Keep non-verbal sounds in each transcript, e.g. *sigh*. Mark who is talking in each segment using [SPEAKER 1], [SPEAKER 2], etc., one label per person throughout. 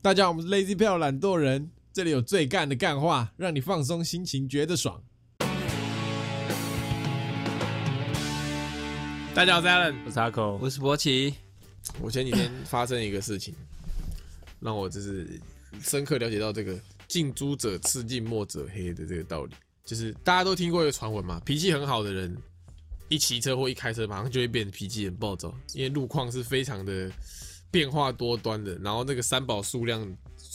[SPEAKER 1] 大家好，我们是 Lazy 票懒惰人，这里有最干的干话，让你放松心情，觉得爽。
[SPEAKER 2] 大家好，我是 Alan。
[SPEAKER 3] 我是阿 Q，
[SPEAKER 4] 我是博奇，
[SPEAKER 2] 我前几天发生一个事情，让我就是深刻了解到这个“近朱者赤，近墨者黑”的这个道理。就是大家都听过一个传闻嘛，脾气很好的人，一骑车或一开车，马上就会变得脾气很暴躁，因为路况是非常的变化多端的，然后那个三宝数量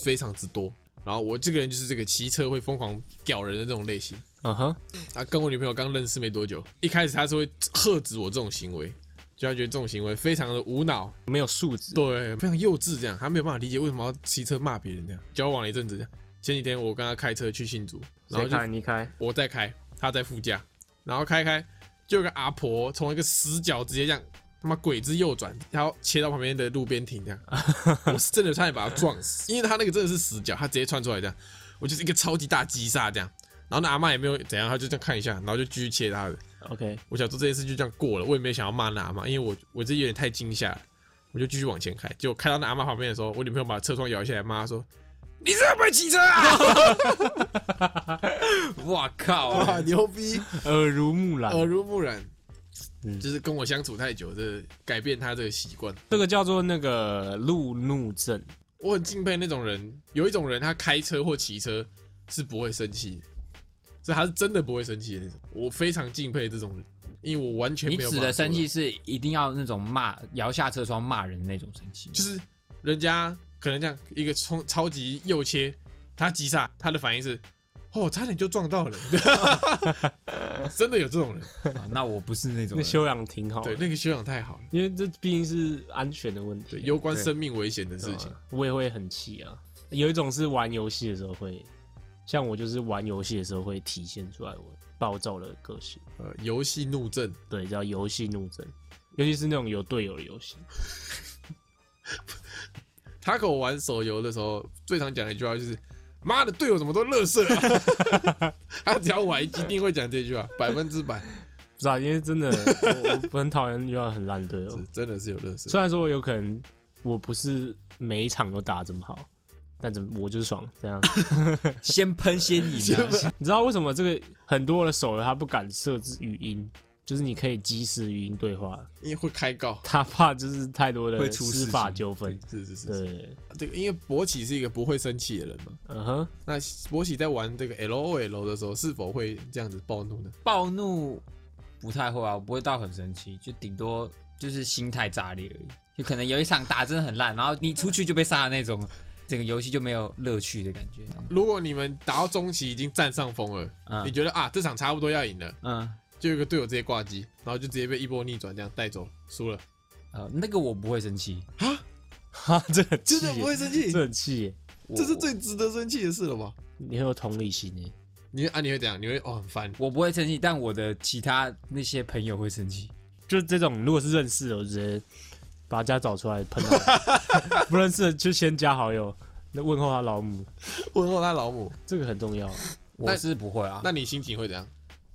[SPEAKER 2] 非常之多。然后我这个人就是这个骑车会疯狂屌人的这种类型。
[SPEAKER 3] 嗯哼，
[SPEAKER 2] 啊，跟我女朋友刚认识没多久，一开始她是会呵止我这种行为，就她觉得这种行为非常的无脑，
[SPEAKER 3] 没有素质，
[SPEAKER 2] 对，非常幼稚这样，他没有办法理解为什么要骑车骂别人这样。交往了一阵子这样，前几天我跟他开车去新竹，然后
[SPEAKER 3] 谁
[SPEAKER 2] 就
[SPEAKER 3] 开你开，
[SPEAKER 2] 我在开，他在副驾，然后开开就有个阿婆从一个死角直接这样他妈鬼子右转，然后切到旁边的路边停
[SPEAKER 3] *laughs*
[SPEAKER 2] 这样，我是真的差点把他撞死，因为他那个真的是死角，他直接窜出来这样，我就是一个超级大击杀这样。然后那阿妈也没有怎样，他就这样看一下，然后就继续切他的。
[SPEAKER 3] OK，
[SPEAKER 2] 我想说这件事就这样过了，我也没有想要骂那阿妈，因为我我自己有点太惊吓了，我就继续往前开。结果开到那阿妈旁边的时候，我女朋友把车窗摇下来，骂她说：“你这不会骑车啊
[SPEAKER 4] 哇！”靠！
[SPEAKER 2] *laughs* 哇，牛 *laughs* 逼，
[SPEAKER 3] 耳濡目染，
[SPEAKER 2] 耳濡目染，
[SPEAKER 3] 嗯
[SPEAKER 2] 就是跟我相处太久，这改变她这个习惯。
[SPEAKER 3] 这个叫做那个路怒症，
[SPEAKER 2] 我很敬佩那种人，有一种人他开车或骑车是不会生气的，所以他是真的不会生气的那种。我非常敬佩这种人，因为我完全
[SPEAKER 4] 你
[SPEAKER 2] 没有办
[SPEAKER 4] 指
[SPEAKER 2] 法
[SPEAKER 4] 的生
[SPEAKER 2] 做到
[SPEAKER 4] 气是一定要那种骂，摇下车窗骂人的那种生气吗，
[SPEAKER 2] 就是人家可能这样一个冲超级右切，他急刹，他的反应是，哦，差点就撞到了， *laughs* 真的有这种人，
[SPEAKER 4] 啊那我不是那种
[SPEAKER 3] 那
[SPEAKER 4] 人。
[SPEAKER 3] 修养挺好
[SPEAKER 2] 对，
[SPEAKER 3] 的，
[SPEAKER 2] 那个修养太好了，
[SPEAKER 3] 因为这毕竟是安全的问
[SPEAKER 2] 对，
[SPEAKER 3] 题，
[SPEAKER 2] 攸关生命危险的事情，
[SPEAKER 3] 我也会很气啊。有一种是玩游戏的时候会，像我就是玩游戏的时候会体现出来我暴躁的个性，
[SPEAKER 2] 呃，游戏怒症，
[SPEAKER 3] 对，叫游戏怒症，尤其是那种有队友的游戏，
[SPEAKER 2] 他跟我玩手游的时候，最常讲的一句话就是。妈的，队友怎么都乐色啊！ *laughs* 他只要玩，一定会讲这句话，百分之百，
[SPEAKER 3] 不知道、因为真的我我很讨厌遇到很烂队友
[SPEAKER 2] 是，真的是有乐色。
[SPEAKER 3] 虽然说有可能我不是每一场都打得这么好，但怎么我就是爽这样。 *laughs*
[SPEAKER 4] 先喷先
[SPEAKER 2] *laughs*
[SPEAKER 4] 赢啊！
[SPEAKER 3] 你知道为什么这个很多的手游他不敢设置语音？就是你可以即时语音对话，
[SPEAKER 2] 因为会开告，
[SPEAKER 3] 他怕就是太多的
[SPEAKER 4] 会出事
[SPEAKER 3] 司
[SPEAKER 4] 情
[SPEAKER 3] 法纠纷。
[SPEAKER 2] 是是是是，
[SPEAKER 3] 对，
[SPEAKER 2] 这个因为博起是一个不会生气的人嘛，
[SPEAKER 3] 嗯哼， *laughs*
[SPEAKER 2] 那博喜在玩这个 L O L 的时候，是否会这样子暴怒呢？
[SPEAKER 4] 暴怒不太会啊，我不会到很生气，就顶多就是心态炸裂而已。就可能有一场打真的很烂，然后你出去就被杀的那种，整个游戏就没有乐趣的感觉。
[SPEAKER 2] 如果你们打到中期已经占上风了，你
[SPEAKER 4] 嗯
[SPEAKER 2] 觉得啊这场差不多要赢了，
[SPEAKER 4] 嗯
[SPEAKER 2] 就有一个队友直接挂机，然后就直接被一波逆转这样带走，输了，
[SPEAKER 4] 呃，那个我不会生气，
[SPEAKER 3] 哈，这很气
[SPEAKER 2] 真的不
[SPEAKER 3] 耶，
[SPEAKER 2] 会生气
[SPEAKER 3] 这，很气耶，
[SPEAKER 4] 我
[SPEAKER 2] 这是最值得生气的事了吧？
[SPEAKER 3] 你很有同理心耶。
[SPEAKER 2] 你会啊你会怎样？你会哦很烦，
[SPEAKER 4] 我不会生气，但我的其他那些朋友会生气。
[SPEAKER 3] 就这种，如果是认识的，我直接把他家找出来喷他；不认识的就先加好友，那问候他老母，
[SPEAKER 2] 问候他老母，
[SPEAKER 3] 这个很重要。
[SPEAKER 4] 我是不会啊，
[SPEAKER 2] 那你心情会怎样？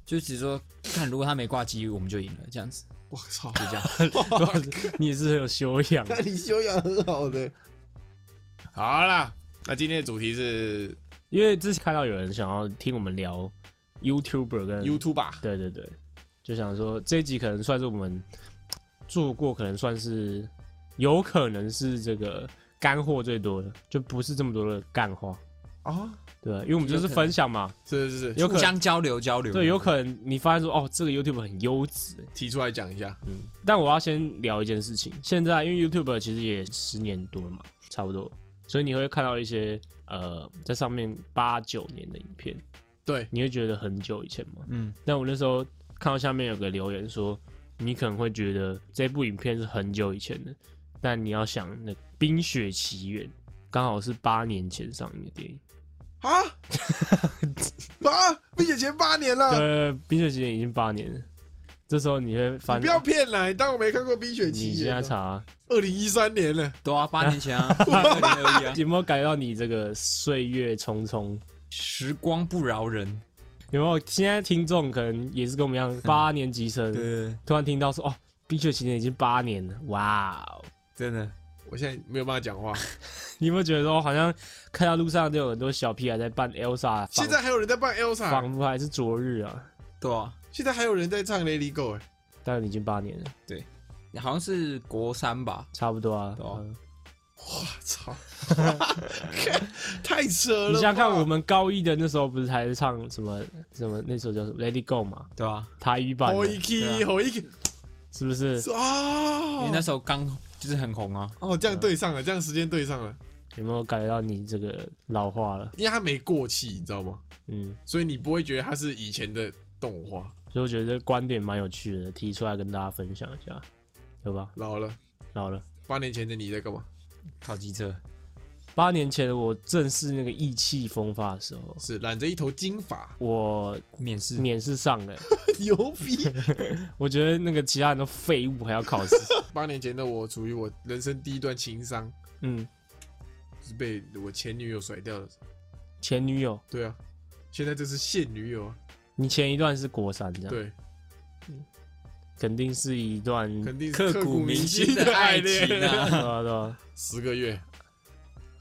[SPEAKER 4] 就只说看如果他没挂机，我们就赢了这样子。
[SPEAKER 2] 我操，就 *laughs* 这样，
[SPEAKER 3] 啊你也是很有修养的，
[SPEAKER 2] 你修养很好的。好啦，那今天的主题是
[SPEAKER 3] 因为之前看到有人想要听我们聊 YouTuber 跟
[SPEAKER 2] YouTube 吧？
[SPEAKER 3] 对对对，就想说这一集可能算是我们做过，可能算是有可能是这个干货最多的，就不是这么多的干话，
[SPEAKER 2] 啊，
[SPEAKER 3] 对，因为我们就是分享嘛，
[SPEAKER 2] 是是是，
[SPEAKER 3] 有可
[SPEAKER 4] 互
[SPEAKER 3] 能
[SPEAKER 4] 相交流交流。
[SPEAKER 3] 对，有可能你发现说哦，这个 YouTube 很优质，
[SPEAKER 2] 提出来讲一下。
[SPEAKER 3] 嗯，但我要先聊一件事情，现在因为 YouTube 其实也十年多了嘛，差不多，所以你会看到一些呃在上面八九年的影片，
[SPEAKER 2] 对，
[SPEAKER 3] 你会觉得很久以前吗？
[SPEAKER 4] 嗯，
[SPEAKER 3] 但我那时候看到下面有个留言说，你可能会觉得这部影片是很久以前的，但你要想，那《冰雪奇缘》刚好是八年前上映的电影。
[SPEAKER 2] 啊 *laughs* 啊！冰雪前八年了，
[SPEAKER 3] 对，《冰雪奇缘》已经八年了，这时候你会
[SPEAKER 2] 你
[SPEAKER 3] 翻
[SPEAKER 2] 不，要骗啦！你当我没看过《冰雪
[SPEAKER 3] 你
[SPEAKER 2] 奇
[SPEAKER 3] 现在
[SPEAKER 2] 缘》？啊
[SPEAKER 3] 查
[SPEAKER 2] 二零一三年了，
[SPEAKER 4] 对啊，八年前啊，二零二一啊，
[SPEAKER 3] 有没有感觉到你这个岁月匆匆？
[SPEAKER 4] 时光不饶人。
[SPEAKER 3] 有没有？现在听众可能也是跟我们一样，八年级生，
[SPEAKER 4] 对，
[SPEAKER 3] 突然听到说哦，《冰雪奇缘》已经八年了，哇哦！
[SPEAKER 4] 真的，
[SPEAKER 2] 我现在没有办法讲
[SPEAKER 3] *laughs*
[SPEAKER 2] 话。
[SPEAKER 3] 你有没有觉得说，好像看到路上都有很多小屁孩在扮 Elsa？
[SPEAKER 2] 现在还啊有人在扮 Elsa，
[SPEAKER 3] 仿佛还是昨日啊，
[SPEAKER 4] 对啊，
[SPEAKER 2] 现在还有人在唱《Let It Go》哎，
[SPEAKER 3] 但已经八年了，
[SPEAKER 4] 好像是国三吧，
[SPEAKER 3] 差不多啊。
[SPEAKER 4] 对啊
[SPEAKER 3] 嗯
[SPEAKER 2] 哇
[SPEAKER 3] *laughs*
[SPEAKER 2] 操，看太扯了吧！
[SPEAKER 3] 你想想看，我们高一的那时候不是还是唱什么什么那首叫什么《Let It Go》嘛，
[SPEAKER 4] 对啊，
[SPEAKER 3] 台语版
[SPEAKER 2] 吼
[SPEAKER 3] 的啊
[SPEAKER 2] 一 k 吼一 k
[SPEAKER 3] 是不是？
[SPEAKER 4] 因为那
[SPEAKER 2] 啊！
[SPEAKER 4] 时候刚就是很红啊，
[SPEAKER 2] 哦，这样对上了，这样时间对上了，
[SPEAKER 3] 有没有感觉到你这个老化了？
[SPEAKER 2] 因为它没过气，你知道吗？
[SPEAKER 3] 嗯，
[SPEAKER 2] 所以你不会觉得它是以前的动画。
[SPEAKER 3] 所以我觉得这个观点蛮有趣的，提出来跟大家分享一下，有吧？
[SPEAKER 2] 老了，
[SPEAKER 3] 老了，
[SPEAKER 2] 八年前的你在干嘛？
[SPEAKER 4] 考机车，
[SPEAKER 3] 八年前我正是那个意气风发的时候，
[SPEAKER 2] 是染着一头金发， *laughs*
[SPEAKER 3] 我
[SPEAKER 4] 面试，
[SPEAKER 3] 免试上了、
[SPEAKER 2] 牛逼！
[SPEAKER 3] 我觉得那个其他人都废物，还要考试。
[SPEAKER 2] 八年前的我处于我人生第一段情伤，
[SPEAKER 3] 嗯，
[SPEAKER 2] 是被我前女友甩掉的。
[SPEAKER 3] 前女友，
[SPEAKER 2] 对啊，现在这是现女友啊。
[SPEAKER 3] 你前一段是国三这样，
[SPEAKER 4] 啊
[SPEAKER 2] 对，
[SPEAKER 3] 肯定是一段
[SPEAKER 2] 肯定是
[SPEAKER 4] 刻
[SPEAKER 2] 刻
[SPEAKER 4] 骨
[SPEAKER 2] 铭
[SPEAKER 4] 铭
[SPEAKER 2] 心
[SPEAKER 4] 心的
[SPEAKER 2] 爱
[SPEAKER 4] 爱
[SPEAKER 2] *laughs*
[SPEAKER 4] 情啊
[SPEAKER 3] 对啊对啊
[SPEAKER 2] 十个月，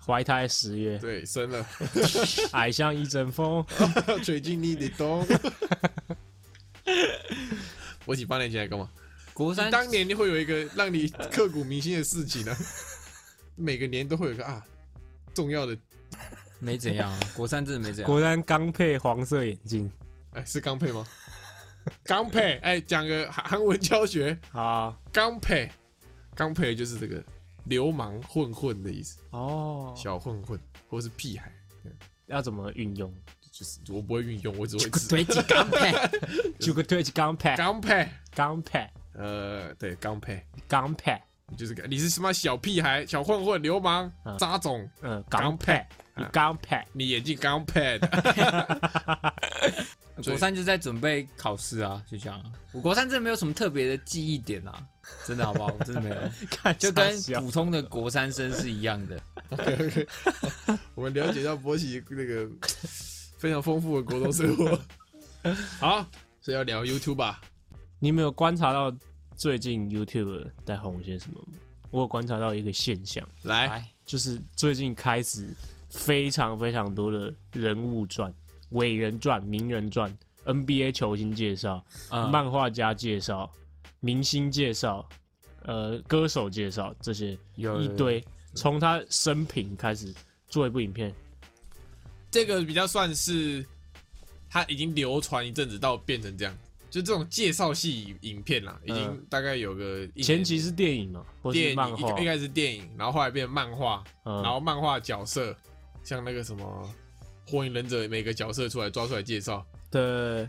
[SPEAKER 3] 怀胎十月，
[SPEAKER 2] 对，生
[SPEAKER 4] *laughs*
[SPEAKER 2] 了，
[SPEAKER 3] 矮像一
[SPEAKER 2] *laughs*
[SPEAKER 3] 阵风。
[SPEAKER 2] 吹进你的洞。我几八年前来干嘛？
[SPEAKER 4] 国三
[SPEAKER 2] 当年会有一个让你刻骨铭心的事情呢、啊， *laughs* 每个年都会有一个啊重要的，
[SPEAKER 4] 没怎样啊，国三真的没怎样，
[SPEAKER 3] 国三刚配黄色眼镜，
[SPEAKER 2] 哎，是钢
[SPEAKER 4] *laughs*
[SPEAKER 2] 配吗？钢配，哎，讲个韩韩文教学，
[SPEAKER 3] 好
[SPEAKER 2] 钢配，钢配就是这个流氓混混的意思，
[SPEAKER 3] 哦，
[SPEAKER 2] 小混混或是屁孩，
[SPEAKER 3] 要怎么运用？
[SPEAKER 2] 就是我不会运用，我只会指
[SPEAKER 4] 堆积钢
[SPEAKER 2] *laughs*
[SPEAKER 4] 配，
[SPEAKER 3] 九个对钢配，
[SPEAKER 2] 钢配，
[SPEAKER 3] 钢配，
[SPEAKER 2] 呃，对，钢配。
[SPEAKER 3] 钢配，
[SPEAKER 2] 就是个你是什么小屁孩、小混混、流氓、
[SPEAKER 3] 嗯
[SPEAKER 2] 渣种，
[SPEAKER 3] 嗯，
[SPEAKER 2] 钢
[SPEAKER 3] 钢
[SPEAKER 2] 配
[SPEAKER 3] 配，你钢配，
[SPEAKER 2] 你眼镜刚配的， *laughs*
[SPEAKER 4] 国三就在准备考试啊，就这样啊，我国三真的没有什么特别的记忆点啊，真的好不好？真的没有。
[SPEAKER 3] 看
[SPEAKER 4] 就
[SPEAKER 3] 傻
[SPEAKER 4] 跟
[SPEAKER 3] 笑
[SPEAKER 4] 普通的国三生是一样的。
[SPEAKER 2] 我们了解到博喜那个非常丰富的国中生活。 *laughs* 好，所以要聊 YouTube 吧。
[SPEAKER 3] 你有没有观察到最近 YouTube 在红些什么吗？我有观察到一个现象，
[SPEAKER 2] 来，
[SPEAKER 4] 哎，
[SPEAKER 3] 就是最近开始非常非常多的人物传、伟人传、名人传、NBA 球星介绍、
[SPEAKER 4] 嗯
[SPEAKER 3] 漫画家介绍、明星介绍、呃，歌手介绍这些
[SPEAKER 4] 有
[SPEAKER 3] 一堆，从他生平开始做一部影片，
[SPEAKER 2] 这个比较算是它已经流传一阵子，到变成这样，就这种介绍系影片
[SPEAKER 4] 嗯
[SPEAKER 2] 啦，已经大概有个一年
[SPEAKER 3] 前期是电影嘛，或
[SPEAKER 2] 电
[SPEAKER 3] 是
[SPEAKER 2] 影
[SPEAKER 3] 漫
[SPEAKER 2] 一
[SPEAKER 3] 画
[SPEAKER 2] 开，一开始电影，然后后来变漫画，
[SPEAKER 3] 嗯
[SPEAKER 2] 然后漫画角色像那个什么火影忍者每个角色出来抓出来介绍。
[SPEAKER 3] 对，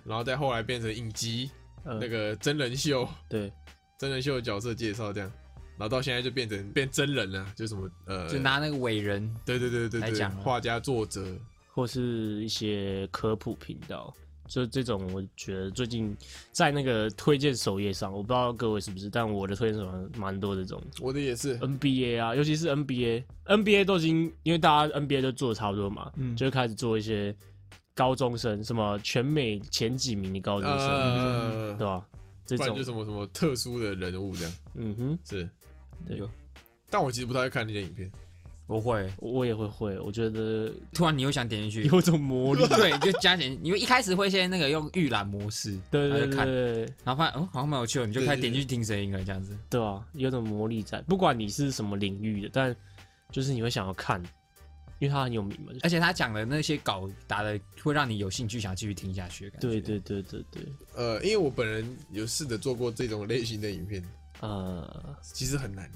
[SPEAKER 2] 然后再后来变成影集、
[SPEAKER 4] 嗯
[SPEAKER 3] 呃
[SPEAKER 2] 那，个真人秀，
[SPEAKER 3] 对，
[SPEAKER 2] 真人秀的角色介绍这样，然后到现在就变成变真人了，就什么呃，
[SPEAKER 4] 就拿那个伟人，
[SPEAKER 2] 对对对对
[SPEAKER 4] 来
[SPEAKER 2] 对
[SPEAKER 4] 讲，了
[SPEAKER 2] 画家、作者，
[SPEAKER 3] 或是一些科普频道，就这种，我觉得最近在那个推荐首页上，我不知道各位是不是，但我的推荐首页上蛮多这种
[SPEAKER 2] 我的也是，
[SPEAKER 3] NBA 啊，尤其是 NBA，NBA 都已经因为大家 NBA 都做的差不多嘛，
[SPEAKER 4] 嗯
[SPEAKER 3] 就会开始做一些高中生，什么全美前几名的高中生，
[SPEAKER 2] 呃，
[SPEAKER 3] 对吧？这
[SPEAKER 2] 不然
[SPEAKER 3] 种
[SPEAKER 2] 就，什么什么特殊的人物这样
[SPEAKER 3] 嗯哼，
[SPEAKER 2] 是。
[SPEAKER 3] 对
[SPEAKER 4] 有
[SPEAKER 2] 但我其实不太会看那些影片，
[SPEAKER 4] 我会。
[SPEAKER 3] 我也会会，我觉得
[SPEAKER 4] 突然你又想点进去，。
[SPEAKER 3] 有种
[SPEAKER 2] *laughs*
[SPEAKER 3] 魔力
[SPEAKER 4] 对，就加点，因为一开始会先那个用预览模式，
[SPEAKER 3] 对对
[SPEAKER 4] 然后就
[SPEAKER 3] 对
[SPEAKER 4] 看，
[SPEAKER 3] 对，
[SPEAKER 4] 然后发现哦好像蛮有趣的，你就
[SPEAKER 2] 对
[SPEAKER 4] 开
[SPEAKER 2] 对
[SPEAKER 4] 始点
[SPEAKER 2] 对
[SPEAKER 4] 进去听声音了，这样子。
[SPEAKER 3] 对啊，有种魔力在，不管你是什么领域的，但就是你会想要看，因为它很有名嘛。
[SPEAKER 4] 而且他讲的那些稿打的，会让你有兴趣想继续听下去的感觉。
[SPEAKER 3] 对对对对对，
[SPEAKER 2] 呃，因为我本人有试着做过这种类型的影片，
[SPEAKER 3] 呃，
[SPEAKER 2] 其实很难。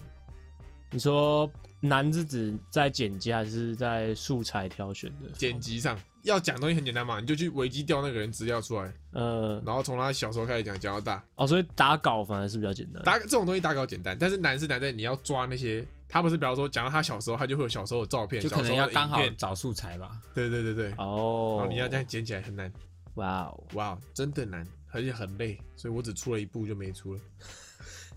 [SPEAKER 3] 你说难是指在剪辑还是在素材挑选的？
[SPEAKER 2] 剪辑上要讲东西很简单嘛，你就去维基调那个人资料出来，
[SPEAKER 3] 呃，
[SPEAKER 2] 然后从他小时候开始讲，讲到大，
[SPEAKER 3] 哦，所以打稿反而是比较简单。
[SPEAKER 2] 打这种东西打稿简单，但是难是难在你要抓那些，他不是比方说讲到他小时候，他就会有小时候的照片，
[SPEAKER 4] 就可
[SPEAKER 2] 小时
[SPEAKER 4] 能
[SPEAKER 2] 候
[SPEAKER 4] 要
[SPEAKER 2] 的
[SPEAKER 4] 刚好
[SPEAKER 2] 影片
[SPEAKER 4] 找素材吧。
[SPEAKER 2] 对对对对，然
[SPEAKER 3] 哦
[SPEAKER 2] 后，你要这样捡起来很难，
[SPEAKER 3] 哇哦，
[SPEAKER 2] 哇，真的难，而且很累，所以我只出了一步就没出了。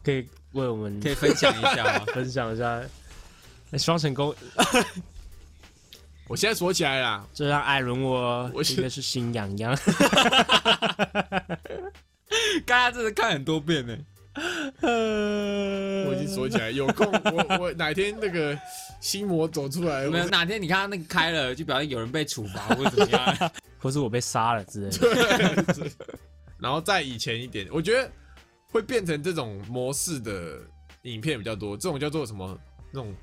[SPEAKER 3] 可以为我们？
[SPEAKER 4] 可以分享一
[SPEAKER 2] *laughs*
[SPEAKER 4] 下吗
[SPEAKER 3] 分享一下。那双成功，
[SPEAKER 2] 我现在锁起来啦，
[SPEAKER 3] 这让艾伦我
[SPEAKER 2] 我是
[SPEAKER 3] 真的是心痒痒。
[SPEAKER 4] 刚刚真的看很多遍呢，
[SPEAKER 2] *laughs* 我已经锁起来，有空我我哪天那个心魔走出来，
[SPEAKER 4] 有没有
[SPEAKER 2] 我
[SPEAKER 4] 哪天你看他那个开了，就表示有人被处罚或者怎么样？ *laughs*
[SPEAKER 3] 或是我被杀了之类的。
[SPEAKER 2] 然后再以前一点，我觉得会变成这种模式的影片比较多，这种叫做什么那种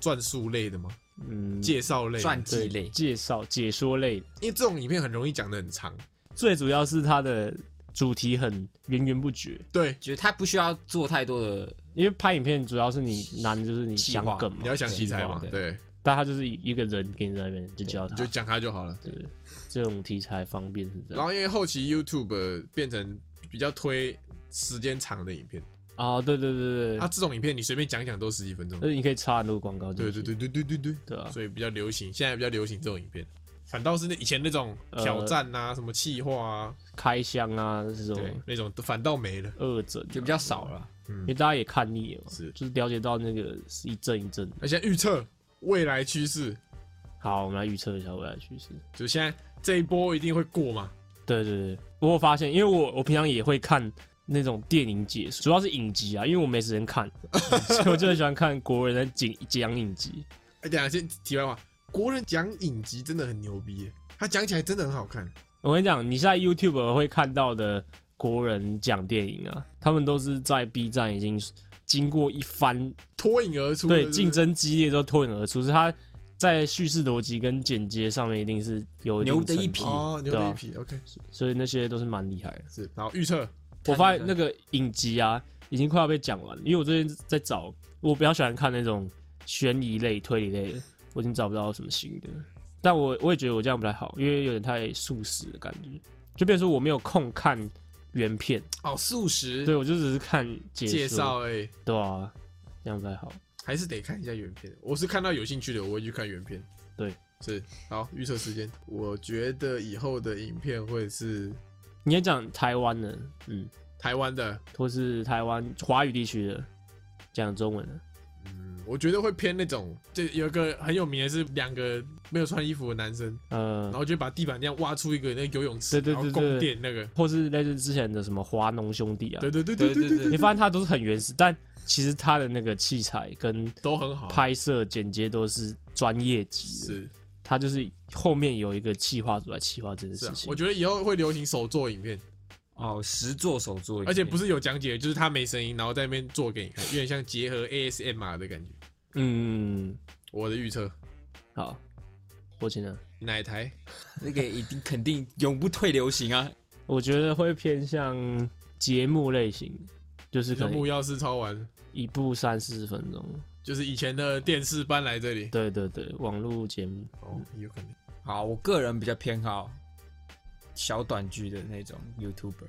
[SPEAKER 2] 转述类的吗？ *laughs*
[SPEAKER 3] 嗯，
[SPEAKER 2] 介绍类的，
[SPEAKER 4] 传
[SPEAKER 3] 对
[SPEAKER 4] 记类，
[SPEAKER 3] 介绍、解说类，
[SPEAKER 2] 因为这种影片很容易讲的很长，
[SPEAKER 3] 最主要是它的主题很源源不绝，
[SPEAKER 2] 对，
[SPEAKER 4] 就是他不需要做太多的，
[SPEAKER 3] 因为拍影片主要是你难的就是你想梗嘛
[SPEAKER 2] 你，要想题材
[SPEAKER 4] 计划
[SPEAKER 2] 嘛，
[SPEAKER 4] 对
[SPEAKER 2] 对，
[SPEAKER 3] 但它就是一个人给你在那边就教
[SPEAKER 2] 你
[SPEAKER 3] 他
[SPEAKER 2] 就，讲它就好了。
[SPEAKER 3] 对，这种题材方便是这
[SPEAKER 2] 然
[SPEAKER 3] 样。
[SPEAKER 2] 后因为后期 YouTube 变成比较推时间长的影片，
[SPEAKER 3] 啊，对对对
[SPEAKER 2] 啊，
[SPEAKER 3] 对，
[SPEAKER 2] 这种影片你随便讲讲都十几分钟
[SPEAKER 3] 就。是你可以插很多广告进
[SPEAKER 2] 对
[SPEAKER 3] 去，
[SPEAKER 2] 对对对对对对，
[SPEAKER 3] 对啊，
[SPEAKER 2] 所以比较流行，现在比较流行这种影片，反倒是那以前那种
[SPEAKER 3] 呃
[SPEAKER 2] 挑战啊、什么气化啊，
[SPEAKER 3] 开箱啊这
[SPEAKER 2] 对
[SPEAKER 3] 种，
[SPEAKER 2] 那种都反倒没了。
[SPEAKER 3] 二整啊
[SPEAKER 4] 就比较少了。
[SPEAKER 3] 因为大家也看腻了嘛，
[SPEAKER 2] 是
[SPEAKER 3] 就是了解到那个是一阵一阵的。
[SPEAKER 2] 而且预测未来趋势，
[SPEAKER 3] 好，我们来预测一下未来趋势。
[SPEAKER 2] 就现在这一波一定会过嘛？
[SPEAKER 3] 对对对，我有发现，因为我我平常也会看那种电影解说，主要是影集啊，因为我没时间看，所以我就很喜欢看国人的讲讲影集。
[SPEAKER 2] 哎，等一下先题外话，国人讲影集真的很牛逼耶，他讲起来真的很好看。
[SPEAKER 3] 我跟你讲，你现在 YouTube 会看到的国人讲电影啊，他们都是在 B 站已经经过一番
[SPEAKER 2] 脱颖而出，
[SPEAKER 3] 对
[SPEAKER 2] 就是
[SPEAKER 3] 竞争激烈之后脱颖而出，是他在叙事逻辑跟剪接上面一定是有定
[SPEAKER 4] 牛的一
[SPEAKER 3] 程度
[SPEAKER 4] 批
[SPEAKER 2] 哦，牛
[SPEAKER 3] 对
[SPEAKER 2] 逼
[SPEAKER 3] 啊
[SPEAKER 2] 皮，OK，
[SPEAKER 3] 所以那些都是蛮厉害的。
[SPEAKER 2] 是，然后预测
[SPEAKER 3] 我发现那个影集啊，已经快要被讲完了，因为我最近在找，我比较喜欢看那种悬疑类、推理类的，我已经找不到什么新的。但我我也觉得我这样不太好，因为有点太速食的感觉，就变成说我没有空看原片，
[SPEAKER 2] 哦，素食
[SPEAKER 3] 对我就只是看解说
[SPEAKER 2] 介，绍，哎，
[SPEAKER 3] 对啊，这样不太好。
[SPEAKER 2] 还是得看一下原片。我是看到有兴趣的，我会去看原片。
[SPEAKER 3] 对，
[SPEAKER 2] 是好预测时间。我觉得以后的影片会是
[SPEAKER 3] 你也讲台湾的，嗯，
[SPEAKER 2] 台湾的，
[SPEAKER 3] 或是台湾华语地区的讲中文的，
[SPEAKER 2] 嗯，我觉得会偏那种，就有一个很有名的是两个没有穿衣服的男生，然
[SPEAKER 3] 呃，
[SPEAKER 2] 后就把地板那样挖出一个那个游泳池，
[SPEAKER 3] 对对对
[SPEAKER 2] 然后供电那个，
[SPEAKER 3] 或是类似之前的什么华农兄弟啊，
[SPEAKER 2] 对对对
[SPEAKER 4] 对
[SPEAKER 2] 对
[SPEAKER 4] 对
[SPEAKER 2] 对，
[SPEAKER 4] 对
[SPEAKER 3] 你，发现它都是很原始，但其实它的那个器材跟
[SPEAKER 2] 都很好，
[SPEAKER 3] 拍摄、剪接都是专业级的。
[SPEAKER 2] 是
[SPEAKER 3] 它就是后面有一个企划组来企划这件
[SPEAKER 2] 是
[SPEAKER 3] 事
[SPEAKER 2] 啊，
[SPEAKER 3] 情。
[SPEAKER 2] 我觉得以后会流行手做影片。
[SPEAKER 4] 哦，实做手做，
[SPEAKER 2] 而且不
[SPEAKER 4] 是
[SPEAKER 2] 是有讲解，就是他没声音，然后在那边做给你看，有点像结合 ASMR 的感觉。
[SPEAKER 3] 嗯，
[SPEAKER 2] 我的预测，
[SPEAKER 3] 好，我请呢，
[SPEAKER 2] 哪一台？
[SPEAKER 4] 那个一定肯定永不退流行啊！
[SPEAKER 3] 我觉得会偏向节目类型，就是可
[SPEAKER 2] 科目
[SPEAKER 3] 能
[SPEAKER 2] 要是超完，
[SPEAKER 3] 一部三四十分钟。
[SPEAKER 2] 就是以前的电视搬来这里。
[SPEAKER 3] 对对对，网络节目。
[SPEAKER 2] 哦，有可能。
[SPEAKER 4] 好，我个人比较偏好小短剧的那种 YouTuber，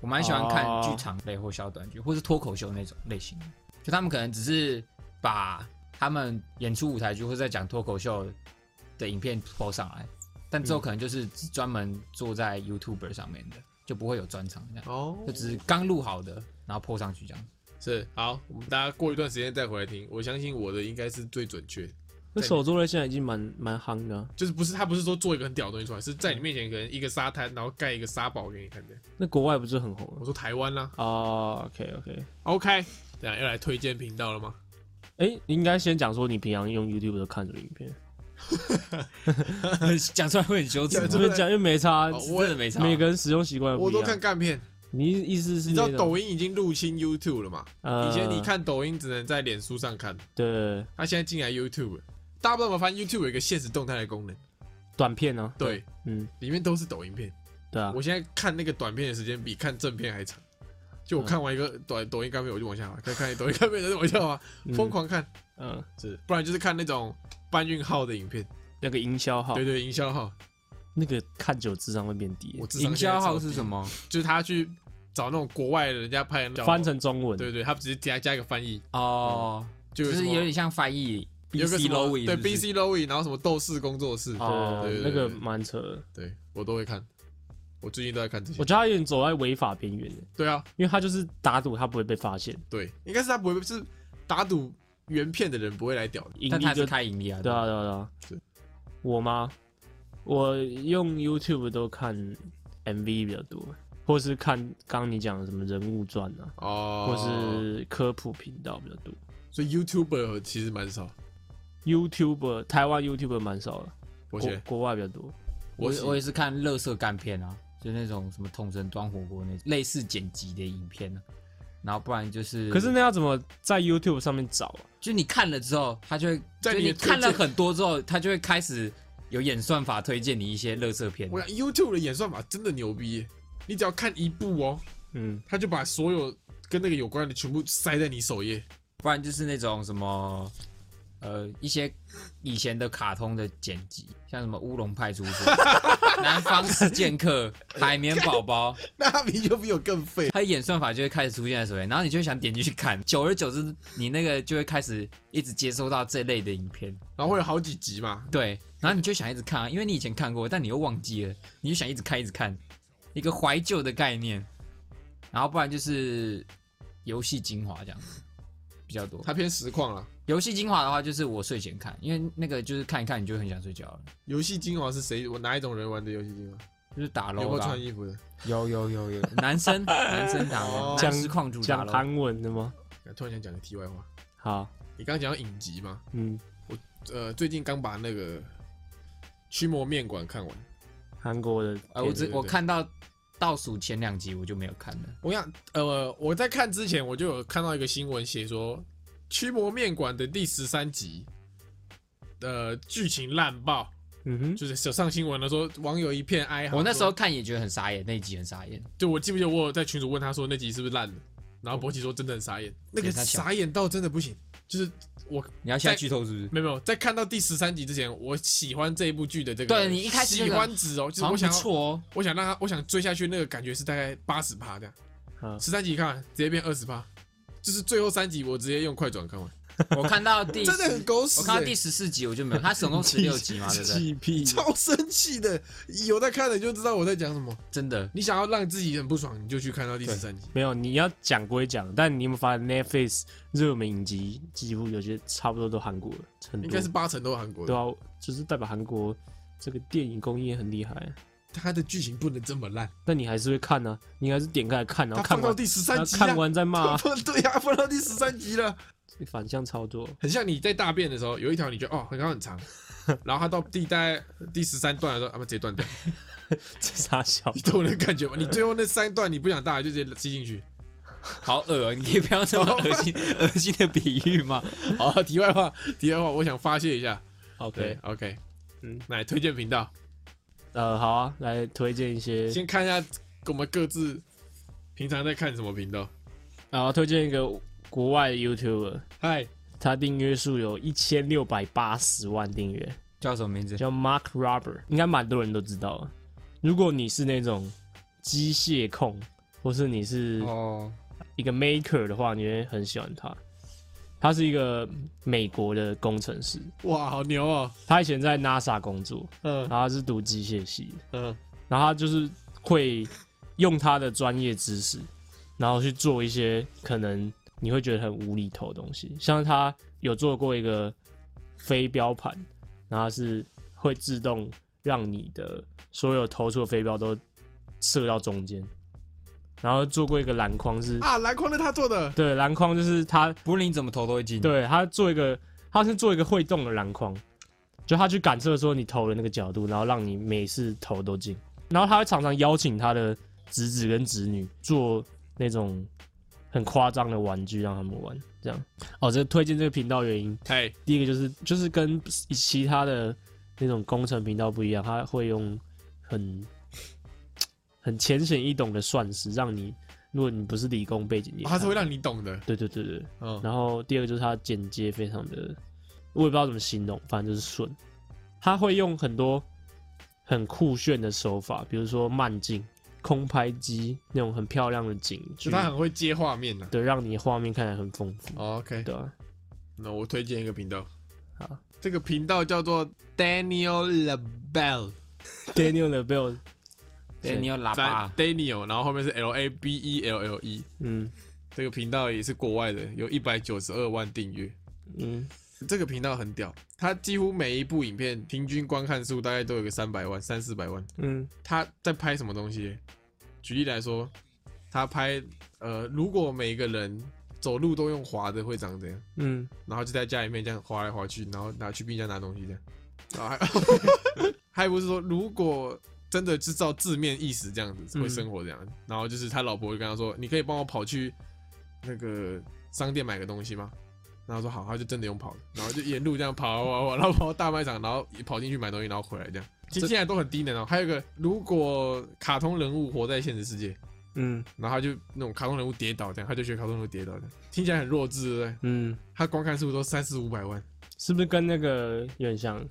[SPEAKER 4] 我蛮喜欢看
[SPEAKER 3] 哦
[SPEAKER 4] 剧场类或小短剧，或是脱口秀那种类型的。就他们可能只是把他们演出舞台剧或者在讲脱口秀的影片播上来，但
[SPEAKER 2] 嗯
[SPEAKER 4] 之后可能就是只专门坐在 YouTuber 上面的，就不会有专场这样，
[SPEAKER 2] 哦
[SPEAKER 4] 就，只是刚录好的，然后播上去这样。
[SPEAKER 2] 是好，我们大家过一段时间再回来听。我相信我的应该是最准确，
[SPEAKER 3] 那手作类现在已经蛮蛮夯的啊、
[SPEAKER 2] 就是不是他不是说做一个很屌的东西出来，是在你面前可能一个沙滩，然后盖一个沙堡给你看的。
[SPEAKER 3] 那国外不是很红
[SPEAKER 2] 我说台湾啦
[SPEAKER 3] 啊、哦 OK OK，
[SPEAKER 2] ，OK，这样要来推荐频道了吗？
[SPEAKER 3] 哎、你应该先讲说你平常用 YouTube 都看什么影片。
[SPEAKER 2] *laughs*
[SPEAKER 4] 讲出来会很羞耻吗，
[SPEAKER 3] 这边讲又没差，
[SPEAKER 2] 哦
[SPEAKER 4] 真的没差。
[SPEAKER 3] 每个人使用习惯不
[SPEAKER 2] 我
[SPEAKER 3] 一
[SPEAKER 2] 都
[SPEAKER 3] 样。
[SPEAKER 2] 看干片，
[SPEAKER 3] 你意思是
[SPEAKER 2] 你知道
[SPEAKER 3] 那种
[SPEAKER 2] 抖音已经入侵 YouTube 了嘛？
[SPEAKER 3] 呃
[SPEAKER 2] 以前你看抖音只能在脸书上看，
[SPEAKER 3] 的
[SPEAKER 2] 他现在进来 YouTube，了大家不知道有没有发现 YouTube 有一个现实动态的功能，
[SPEAKER 3] 短片呢、
[SPEAKER 2] 对，
[SPEAKER 3] 嗯，
[SPEAKER 2] 里面都是抖音片。
[SPEAKER 3] 对啊
[SPEAKER 2] 我，现在看那个短片的时间比看正片还长，就
[SPEAKER 4] 嗯
[SPEAKER 2] 我看完一个短抖音干片我就往下滑，再看抖音干片我就往下滑，
[SPEAKER 3] 嗯
[SPEAKER 2] 疯狂看，
[SPEAKER 3] 嗯、
[SPEAKER 2] 是，不然就是看那种搬运号的影片，
[SPEAKER 3] 那个营销
[SPEAKER 4] 哦
[SPEAKER 3] 号
[SPEAKER 2] 对，对，营销号，
[SPEAKER 3] 那个看久智商会变低
[SPEAKER 2] 我，智商
[SPEAKER 4] 营销
[SPEAKER 2] 现
[SPEAKER 4] 号
[SPEAKER 2] 在超
[SPEAKER 4] 是什么？
[SPEAKER 2] 低就是他去找那种国外的人家拍的，
[SPEAKER 3] 翻，成中文，
[SPEAKER 2] 对对，他只是加加一个翻译，
[SPEAKER 4] 哦，
[SPEAKER 2] 就
[SPEAKER 4] 就是
[SPEAKER 2] 什么
[SPEAKER 4] 有点像翻译
[SPEAKER 2] 有个
[SPEAKER 4] BC
[SPEAKER 2] 什么
[SPEAKER 4] Lowy，
[SPEAKER 2] 对
[SPEAKER 4] 是不是
[SPEAKER 2] BC Lowy，然后什么斗士工作室，
[SPEAKER 4] 哦
[SPEAKER 3] 对
[SPEAKER 2] 对
[SPEAKER 3] 那
[SPEAKER 2] 对
[SPEAKER 3] 个
[SPEAKER 2] 对
[SPEAKER 3] 蛮扯的。
[SPEAKER 2] 对我都会看，我最近都在看这些
[SPEAKER 3] 我，觉得他有点走在违法边缘的，
[SPEAKER 2] 对啊，
[SPEAKER 3] 因为他就是打赌他不会被发现，
[SPEAKER 2] 对，应该是他不会是打赌原片的人不会来屌的，
[SPEAKER 3] 盈
[SPEAKER 4] 但
[SPEAKER 3] 利
[SPEAKER 4] 他
[SPEAKER 3] 就是
[SPEAKER 4] 开盈利啊，
[SPEAKER 3] 对啊，对啊，对啊。
[SPEAKER 2] 是
[SPEAKER 3] 我吗？我用 YouTube 都看 MV 比较多，或是看刚刚你讲的什么人物传啊，
[SPEAKER 2] 哦，
[SPEAKER 3] 或是科普频道比较多。
[SPEAKER 2] 所以 YouTuber 其实蛮少，
[SPEAKER 3] YouTuber 台湾 YouTuber 蛮少的，
[SPEAKER 2] 我
[SPEAKER 3] 国
[SPEAKER 2] 写
[SPEAKER 3] 国外比较多。
[SPEAKER 2] 我
[SPEAKER 4] 我
[SPEAKER 2] 写
[SPEAKER 4] 我也是看乐色干片啊，就那种什么统神端火锅那种类似剪辑的影片啊，然后不然就是，
[SPEAKER 3] 可是那要怎么在 YouTube 上面找啊？
[SPEAKER 4] 就你看了之后，他就会
[SPEAKER 2] 在
[SPEAKER 4] 就
[SPEAKER 2] 你
[SPEAKER 4] 你
[SPEAKER 2] 的推荐
[SPEAKER 4] 看了很多之后，他就会开始有演算法推荐你一些乐色片。
[SPEAKER 2] 我想 YouTube 的演算法真的牛逼耶，你只要看一部哦，
[SPEAKER 3] 嗯，
[SPEAKER 2] 他就把所有跟那个有关的全部塞在你首页。 *laughs*
[SPEAKER 4] 不然就是那种什么，呃，一些以前的卡通的剪辑，像什么《乌龙派出所》《南方四剑客》《海绵宝宝》，
[SPEAKER 2] 那比就比我更废。
[SPEAKER 4] 它的演算法就会开始出现在手边，然后你就会想点进去看，久而久之，你那个就会开始一直接收到这类的影片，
[SPEAKER 2] 然后会有好几集嘛，
[SPEAKER 4] 对，然后你就想一直看、啊，因为你以前看过，但你又忘记了，你就想一直看一直看，一个怀旧的概念，然后不然就是游戏精华这样子比较多。
[SPEAKER 2] 它偏实况啊啦。
[SPEAKER 4] 游戏精华的话，就是我睡前看，因为那个就是看一看你就很想睡觉了，
[SPEAKER 2] 游戏精华是谁？我哪一种人玩的游戏精华？
[SPEAKER 4] 就是打
[SPEAKER 2] 有没
[SPEAKER 4] 楼
[SPEAKER 2] 有
[SPEAKER 4] 啦
[SPEAKER 2] 穿。 *laughs* 衣服的？
[SPEAKER 4] 有有有有，男生男生打
[SPEAKER 2] 哦
[SPEAKER 4] 楼，僵尸矿主打
[SPEAKER 3] 讲
[SPEAKER 4] 楼。
[SPEAKER 3] 韩文的吗？
[SPEAKER 2] *laughs* 突然想讲个题外话，
[SPEAKER 3] 好，
[SPEAKER 2] 你刚刚讲到影集嘛，
[SPEAKER 3] 嗯，
[SPEAKER 2] 呃，最近刚把那个《驱魔面馆》看完。
[SPEAKER 3] 韩国的
[SPEAKER 4] 呃，
[SPEAKER 2] 对
[SPEAKER 4] 我
[SPEAKER 2] 对
[SPEAKER 4] 只
[SPEAKER 2] 对
[SPEAKER 4] 我看到倒数前两集我就没有看了。
[SPEAKER 2] 我想，呃，我在看之前我就有看到一个新闻，写说《驱魔面馆》的第十三集，呃，剧情烂爆，
[SPEAKER 3] 嗯哼，
[SPEAKER 2] 就是有上新闻了，说网友一片哀嚎。
[SPEAKER 4] 我那时
[SPEAKER 2] 说
[SPEAKER 4] 候看也觉得很傻眼，那一集很傻眼。
[SPEAKER 2] 就我记不记得我有在群主问他说那集是不是烂的，然后博奇说真的很傻眼，那个
[SPEAKER 4] 嗯他小
[SPEAKER 2] 傻眼到真的不行。就是
[SPEAKER 4] 你要
[SPEAKER 2] 在
[SPEAKER 4] 下剧透是不是？
[SPEAKER 2] 没有没有在看到第十三集之前，我喜欢这一部剧的这个，
[SPEAKER 4] 对你一开始
[SPEAKER 2] 喜
[SPEAKER 4] 那个
[SPEAKER 2] 欢值哦，就是
[SPEAKER 4] 好
[SPEAKER 2] 我想
[SPEAKER 4] 像不
[SPEAKER 2] 要，
[SPEAKER 4] 错哦，
[SPEAKER 2] 我想让他，我想追下去那个感觉是大概八十趴这样，
[SPEAKER 3] 嗯
[SPEAKER 2] 十三集看完直接变二十趴，就是最后三集我直接用快转看完，
[SPEAKER 4] 我看到
[SPEAKER 2] *laughs*
[SPEAKER 4] 第
[SPEAKER 2] 真的很狗屎、
[SPEAKER 4] 我
[SPEAKER 2] 欸，
[SPEAKER 4] 看到第十四集我就没有，它总共十六
[SPEAKER 2] *laughs*
[SPEAKER 4] 集嘛，对不对？
[SPEAKER 3] 气屁，
[SPEAKER 2] 超生气的，有在看的就知道我在讲什么。
[SPEAKER 4] 真的，
[SPEAKER 2] 你想要让自己很不爽，你就去看到第十三集。
[SPEAKER 3] 没有，你要讲归讲，但你有没有发现 Netflix 热门影集几乎有些差不多都韩国了，很多
[SPEAKER 2] 应该是八成都是韩国
[SPEAKER 3] 对
[SPEAKER 2] 的，
[SPEAKER 3] 啊，就是代表韩国这个电影工业很厉害。啊
[SPEAKER 2] 它的剧情不能这么烂。
[SPEAKER 3] 但你还是会看啊，你还是点开来看，然
[SPEAKER 2] 它
[SPEAKER 3] 后看
[SPEAKER 2] 放到
[SPEAKER 3] 完，
[SPEAKER 2] 第十
[SPEAKER 3] 然
[SPEAKER 2] 三
[SPEAKER 3] 后
[SPEAKER 2] 集
[SPEAKER 3] 看完再骂、
[SPEAKER 2] 啊，
[SPEAKER 3] 啊，
[SPEAKER 2] 放 *laughs* 对呀、放到第十三集了，
[SPEAKER 3] 反向操作。
[SPEAKER 2] *laughs* 很像你在大便的时候，有一条你觉得哦，好像很长，然后它到第大概第十三段的时候，啊，不直接断掉，
[SPEAKER 3] 这傻小
[SPEAKER 2] 你，懂我的感觉吗？你最后那三段你不想大就直接吸进去。
[SPEAKER 4] 好恶、哦，你可以不要这么恶
[SPEAKER 2] *laughs*
[SPEAKER 4] 心恶心的比喻吗？
[SPEAKER 2] 好，题外话，题外话，我想发泄一下。对
[SPEAKER 3] OK，
[SPEAKER 2] ，OK，嗯
[SPEAKER 3] 嗯，
[SPEAKER 2] 来推荐频道，
[SPEAKER 3] 呃，好啊，来推荐一些，
[SPEAKER 2] 先看一下我们各自平常在看什么频道。
[SPEAKER 3] 然后推荐一个国外的 YouTuber，
[SPEAKER 2] 嗨，
[SPEAKER 3] 他订阅数有一千六百八十万订阅，
[SPEAKER 4] 叫什么名字？
[SPEAKER 3] 叫 Mark Robert，应该蛮多人都知道了。如果你是那种机械控，或是你是
[SPEAKER 4] 哦，
[SPEAKER 3] 一个 maker 的话，你会很喜欢他。他是一个美国的工程师，
[SPEAKER 2] 哇，好牛哦！
[SPEAKER 3] 他以前在 NASA 工作，
[SPEAKER 2] 嗯
[SPEAKER 3] 然后他是读机械系的，
[SPEAKER 2] 嗯，
[SPEAKER 3] 然后他就是会用他的专业知识，然后去做一些可能你会觉得很无厘头的东西，像他有做过一个飞镖盘，然后是会自动让你的所有投出的飞镖都射到中间，然后做过一个篮筐是，
[SPEAKER 2] 啊，篮筐是他做的，
[SPEAKER 3] 对，篮筐就是他
[SPEAKER 4] 不论你怎么投都会进。，
[SPEAKER 3] 对他做一个，他是做一个会动的篮筐，就他去感测说你投的那个角度，然后让你每次投都进。然后他会常常邀请他的侄子跟侄女做那种很夸张的玩具让他们玩，这样。哦，这推荐这个频道原因，
[SPEAKER 2] 嘿，
[SPEAKER 3] 第一个就是就是跟其他的那种工程频道不一样，他会用很很浅显易懂的算式，让你如果你不是理工背景，你也
[SPEAKER 2] 啊哦他是
[SPEAKER 3] 看
[SPEAKER 2] 会让你懂的。
[SPEAKER 3] 对对对对。
[SPEAKER 2] 嗯，
[SPEAKER 3] 然后第二个就是它剪接非常的，我也不知道怎么形容，反正就是顺。他会用很多很酷炫的手法，比如说慢镜、空拍机那种很漂亮的景
[SPEAKER 2] 就
[SPEAKER 3] 区，
[SPEAKER 2] 他很会接画面的。
[SPEAKER 3] 对，让你画面看起来很丰富，
[SPEAKER 2] 哦 OK，
[SPEAKER 3] 对啊？
[SPEAKER 2] 那我推荐一个频道，
[SPEAKER 3] 好
[SPEAKER 2] 这个频道叫做 Daniel Labelle，
[SPEAKER 3] Daniel Labelle，
[SPEAKER 4] 对，你有喇
[SPEAKER 2] 在
[SPEAKER 4] 叭，
[SPEAKER 2] Daniel，然后后面是 L A B E L L E，
[SPEAKER 3] 嗯
[SPEAKER 2] 这个频道也是国外的，有一百九十二万订阅。
[SPEAKER 3] 嗯，
[SPEAKER 2] 这个频道很屌，他几乎每一部影片平均观看数大概都有个三百万、三四百万。
[SPEAKER 3] 嗯，
[SPEAKER 2] 他在拍什么东西？举例来说，他拍呃，如果每个人走路都用滑的，会长怎样？
[SPEAKER 3] 嗯，
[SPEAKER 2] 然后就在家里面这样滑来滑去，然后拿去冰箱拿东西这样。然后 *laughs* 还还不是说，如果真的是照字面意思这样子会生活这样。然后就是他老婆就跟他说：“你可以帮我跑去那个商店买个东西吗？”然后说好，他就真的用跑的，然后就沿路这样跑跑跑，然后跑到大卖场，然后也跑进去买东西，然后回来这样。其实现在都很低能哦。还有一个，如果卡通人物活在现实世界，
[SPEAKER 3] 嗯
[SPEAKER 2] 然后他就那种卡通人物跌倒这样，他就学卡通人物跌倒这样，听起来很弱智，对不对？
[SPEAKER 3] 嗯，
[SPEAKER 2] 他光看数都三四五百万，
[SPEAKER 3] 是不是跟那个有点像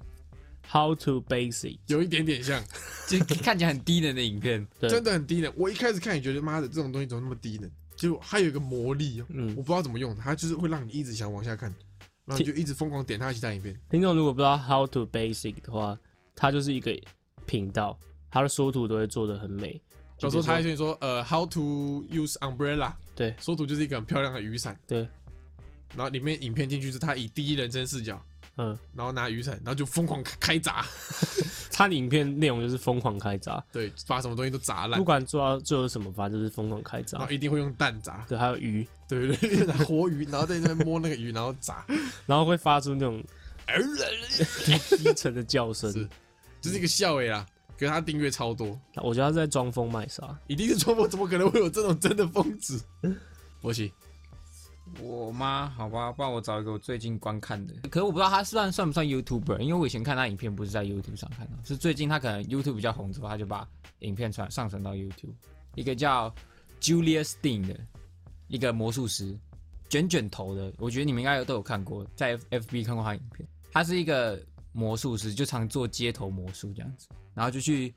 [SPEAKER 3] ？How to Basic？
[SPEAKER 2] 有一点点像，
[SPEAKER 4] 就看起来很低能的影片，
[SPEAKER 3] 对
[SPEAKER 2] 真的很低能。我一开始看也觉得妈的，这种东西怎么那么低能？结果它有一个魔力哦，
[SPEAKER 3] 嗯
[SPEAKER 2] 我不知道怎么用，它就是会让你一直想往下看，然后你就一直疯狂点它其他影片。
[SPEAKER 3] 听众如果不知道 How to Basic 的话，它就是一个频道，它的缩图都会做的很美。
[SPEAKER 2] 有时候他还跟你说，呃，How to use umbrella，
[SPEAKER 3] 对
[SPEAKER 2] 缩图就是一个很漂亮的雨伞，
[SPEAKER 3] 对，
[SPEAKER 2] 然后里面影片进去是他以第一人称视角，
[SPEAKER 3] 嗯，
[SPEAKER 2] 然后拿雨伞，然后就疯狂开开砸，
[SPEAKER 3] 它的影片内容就是疯狂开闸，
[SPEAKER 2] 对，把什么东西都砸烂
[SPEAKER 3] 不，管做到最后是什么，反正就是疯狂开
[SPEAKER 2] 然
[SPEAKER 3] 闸
[SPEAKER 2] 后。一定会用蛋砸，
[SPEAKER 3] 对，还有鱼，
[SPEAKER 2] 对不对？ *laughs* 拿活鱼，然后在那边摸那个鱼，然后 *laughs* 砸，
[SPEAKER 3] 然后会发出那种低沉的叫声。
[SPEAKER 2] 是就是一个笑诶啦。可是他订阅超多，
[SPEAKER 3] 我觉得他是在装疯卖傻。
[SPEAKER 2] 一定是中国，怎么可能会有这种真的疯子？博奇，
[SPEAKER 4] 我妈，好吧，不然我找一个我最近观看的。可是我不知道他算算不算 YouTuber，因为我以前看他影片不是在 YouTube 上看的，是最近他可能 YouTube 比较红之后，他就把影片传上传到 YouTube。一个叫 Julius Dean 的一个魔术师，卷卷头的，我觉得你们应该都有看过，在 FB 看过他影片。他是一个魔术师，就常做街头魔术这样子，然后就去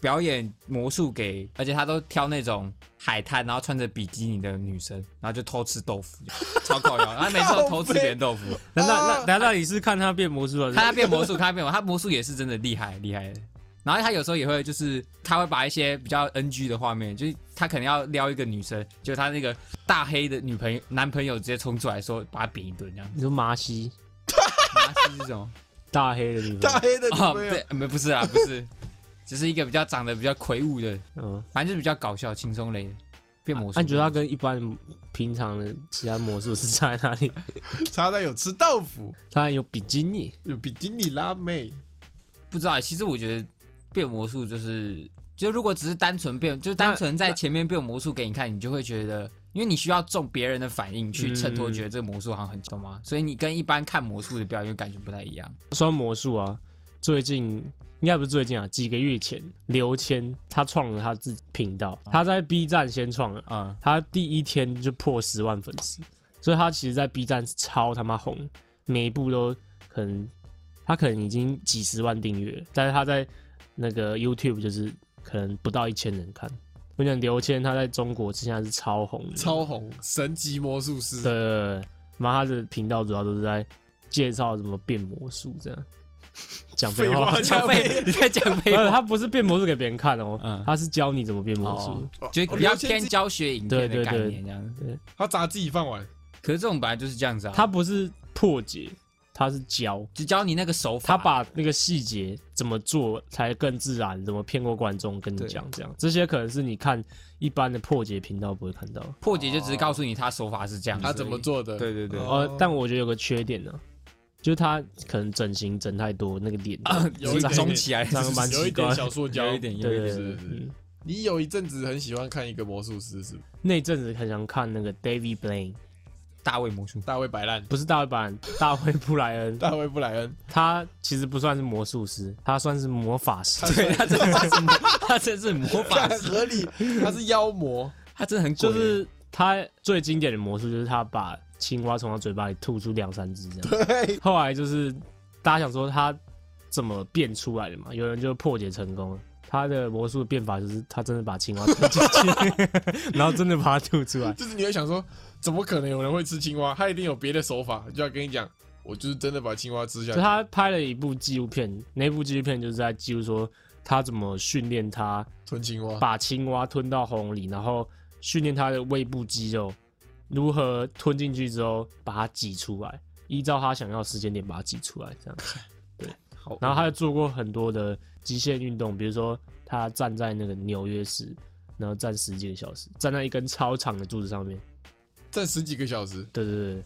[SPEAKER 4] 表演魔术给，而且他都挑那种海滩，然后穿着比基尼的女生，然后就偷吃豆腐，超搞笑。然后他每次都偷吃别人豆腐，
[SPEAKER 3] 那那那那你是看他变魔术了？
[SPEAKER 4] 看他变魔术，看他变魔术，他魔术也是真的厉害厉害的。然后他有时候也会，就是他会把一些比较 NG 的画面，就是他可能要撩一个女生，就他那个大黑的女朋友男朋友直接冲出来说把他扁一顿这 *laughs* 样子。
[SPEAKER 3] 你说麻西
[SPEAKER 4] 妈是这种
[SPEAKER 3] 大黑的女
[SPEAKER 2] 大
[SPEAKER 3] 方，
[SPEAKER 2] 黑的女
[SPEAKER 4] 哦，
[SPEAKER 2] 朋友
[SPEAKER 4] 对，没不是啊，不是，只是一个比较长得比较魁梧的，
[SPEAKER 3] 嗯，
[SPEAKER 4] 反正就是比较搞笑轻松类的变魔术。
[SPEAKER 3] 啊那、你觉得他跟一般平常的其他魔术是差在哪里？
[SPEAKER 2] 差在有吃豆腐，
[SPEAKER 3] 他还有比基尼，
[SPEAKER 2] 有比基尼辣妹，
[SPEAKER 4] 不知道欸，其实我觉得变魔术就是，就如果只是单纯变，就单纯在前面变魔术给你看，你就会觉得，因为你需要中别人的反应去衬托，
[SPEAKER 3] 嗯
[SPEAKER 4] 觉得这个魔术好像很懂吗？所以你跟一般看魔术的表演感觉不太一样。
[SPEAKER 3] 说到魔术啊，最近应该不是最近啊，几个月前刘谦他创了他自己频道，他在 B 站先创了，
[SPEAKER 4] 嗯，
[SPEAKER 3] 他第一天就破十万粉丝，所以他其实，在 B 站超他妈红，每一部都可能他可能已经几十万订阅了，但是他在那个 YouTube 就是可能不到一千人看。我讲刘谦他在中国之前是超红的，
[SPEAKER 2] 超红，神级魔术师。
[SPEAKER 3] 对对对，然后他的频道主要都是在介绍怎么变魔术这样，讲废话。
[SPEAKER 2] 话
[SPEAKER 4] 讲废，你在讲废
[SPEAKER 3] *laughs* 呃，
[SPEAKER 4] 话，
[SPEAKER 3] 他不是变魔术给别人看哦，
[SPEAKER 4] 嗯
[SPEAKER 3] 他是教你怎么变魔术。
[SPEAKER 4] 哦
[SPEAKER 2] 哦
[SPEAKER 4] 就比较
[SPEAKER 2] 刘谦
[SPEAKER 4] 偏
[SPEAKER 2] 自己
[SPEAKER 4] 教学影片
[SPEAKER 3] 对对
[SPEAKER 4] 的概
[SPEAKER 3] 对
[SPEAKER 4] 念这样。
[SPEAKER 2] 他砸自己饭碗，
[SPEAKER 4] 可是这种本来就是这样子啊，
[SPEAKER 3] 他不是破解，他是教。
[SPEAKER 4] 只教你那个手法，
[SPEAKER 3] 他把那个细节怎么做才更自然，怎么骗过观众，跟你
[SPEAKER 4] 对
[SPEAKER 3] 讲这样，这些可能是你看一般的破解频道不会看到。
[SPEAKER 4] 破解就只是告诉你他手法是这样，
[SPEAKER 2] 他怎么？做的？
[SPEAKER 4] 对对 *laughs* 对，
[SPEAKER 2] 哦
[SPEAKER 3] 呃，但我觉得有个缺点呢、就是他可能整形整太多，那个脸
[SPEAKER 2] 有
[SPEAKER 4] *laughs*
[SPEAKER 2] 一点
[SPEAKER 4] 肿起来，
[SPEAKER 3] 长得
[SPEAKER 4] *laughs*
[SPEAKER 3] 蛮
[SPEAKER 2] 有一
[SPEAKER 3] 奇怪
[SPEAKER 2] 点。小塑胶，
[SPEAKER 4] 有一点有
[SPEAKER 3] *laughs* 对对
[SPEAKER 2] 是
[SPEAKER 3] 对，
[SPEAKER 2] 是
[SPEAKER 3] 嗯
[SPEAKER 2] 你有一阵子很喜欢看一个魔术师，是不是
[SPEAKER 3] 那阵子很想看那个 David Blaine，
[SPEAKER 4] 大卫魔术。 *laughs*
[SPEAKER 2] 大卫白烂，
[SPEAKER 3] 不是大卫版， *laughs* 大卫布莱恩，
[SPEAKER 2] 大卫布莱
[SPEAKER 4] *laughs*
[SPEAKER 2] 恩，
[SPEAKER 3] 他其实不算是魔术师，他算是魔法师。
[SPEAKER 4] 对他真的是魔，他真是魔法
[SPEAKER 2] 很
[SPEAKER 4] 师，
[SPEAKER 2] 合理，他是妖魔，
[SPEAKER 4] 他真的很鬼
[SPEAKER 3] 就是他最经典的魔术，就是他把青蛙从他嘴巴里吐出两三只这样。
[SPEAKER 2] 对，
[SPEAKER 3] 后来就是大家想说他怎么变出来的嘛，有人就破解成功了。他的魔术变法就是他真的把青蛙吞进去，然后真的把它吐出来。
[SPEAKER 2] 就是你会想说，怎么可能有人会吃青蛙？他一定有别的手法，就要跟你讲，我就是真的把青蛙吃下
[SPEAKER 3] 就
[SPEAKER 2] 去。
[SPEAKER 3] 他拍了一部纪录片，那部纪录片就是在记录说他怎么训练他
[SPEAKER 2] 吞青蛙，
[SPEAKER 3] 把青蛙吞到喉咙里，然后训练它的胃部肌肉如何吞进去之后把它挤出来，依照他想要的时间点把它挤出来，这样。
[SPEAKER 4] 好
[SPEAKER 3] 然后他又做过很多的极限运动，比如说他站在那个纽约市，然后站十几个小时，站在一根超长的柱子上面。
[SPEAKER 2] 站十几个小时，
[SPEAKER 3] 对对对，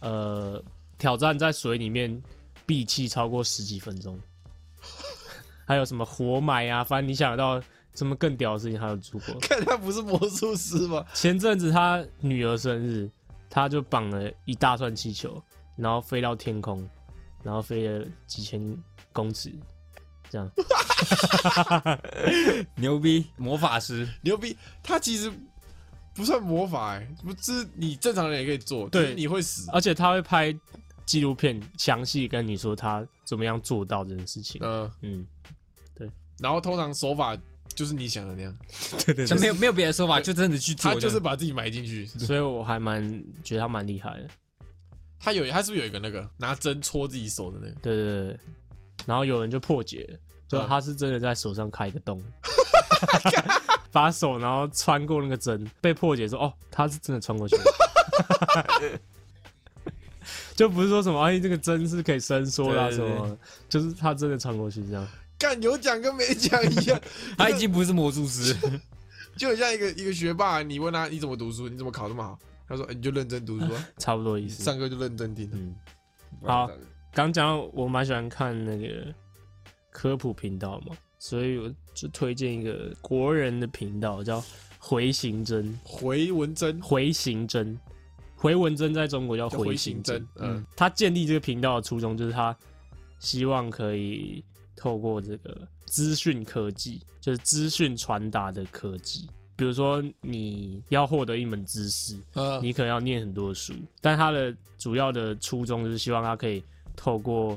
[SPEAKER 3] 呃，挑战在水里面闭气超过十几分钟， *laughs* 还有什么活埋啊，反正你想得到什么更屌的事情，他有做过。
[SPEAKER 2] 看他不是魔术师吗？
[SPEAKER 3] 前阵子他女儿生日，他就绑了一大串气球，然后飞到天空，然后飞了几千公尺，这样。
[SPEAKER 4] 牛逼，魔法师，
[SPEAKER 2] 牛逼！他其实不算魔法哎、不，这是你正常人也可以做，
[SPEAKER 3] 对
[SPEAKER 2] 只是你会死。
[SPEAKER 3] 而且他会拍纪录片，详细跟你说他怎么样做到这件事情。
[SPEAKER 2] 呃，
[SPEAKER 3] 嗯，
[SPEAKER 2] 然后通常手法就是你想的那样，
[SPEAKER 3] 对对
[SPEAKER 4] 就没有没有别的说法，就真的去做
[SPEAKER 2] 他
[SPEAKER 4] 这样。
[SPEAKER 2] 就是把自己埋进去。
[SPEAKER 3] 所以我还蛮觉得他蛮厉害的。
[SPEAKER 2] 他有，他是不是有一个那个拿针戳自己手的那个？
[SPEAKER 3] 对对对，然后有人就破解了，就
[SPEAKER 4] 啊
[SPEAKER 2] 嗯
[SPEAKER 3] 他是真的在手上开一个洞， *laughs* 把手然后穿过那个针，被破解说哦，他是真的穿过去的。 *laughs* 就不是说什么哎，这个针是可以伸缩的、啊、
[SPEAKER 4] 对
[SPEAKER 3] 什
[SPEAKER 4] 对对
[SPEAKER 3] 么的，就是他真的穿过去这样。
[SPEAKER 2] 干有奖跟没奖一样， *laughs*
[SPEAKER 4] 他已经不是魔术师，
[SPEAKER 2] 就很像一个一个学霸，你问他你怎么读书，你怎么考那么好？他说、哎你就认真读书、啊，
[SPEAKER 3] 差不多意
[SPEAKER 2] 你
[SPEAKER 3] 思。
[SPEAKER 2] 上课就认真听。
[SPEAKER 3] 嗯，好，刚讲到我蛮喜欢看那个科普频道嘛，所以我就推荐一个国人的频道叫回形针。
[SPEAKER 2] 回文针，
[SPEAKER 3] 回形针，回文针在中国叫
[SPEAKER 2] 叫
[SPEAKER 3] 回
[SPEAKER 2] 形
[SPEAKER 3] 形针。
[SPEAKER 2] 嗯，
[SPEAKER 3] 他建立这个频道的初衷就是他希望可以透过这个资讯科技，就是资讯传达的科技。比如说，你要获得一门知识，
[SPEAKER 2] 呃，
[SPEAKER 3] 你可能要念很多书，但他的主要的初衷就是希望他可以透过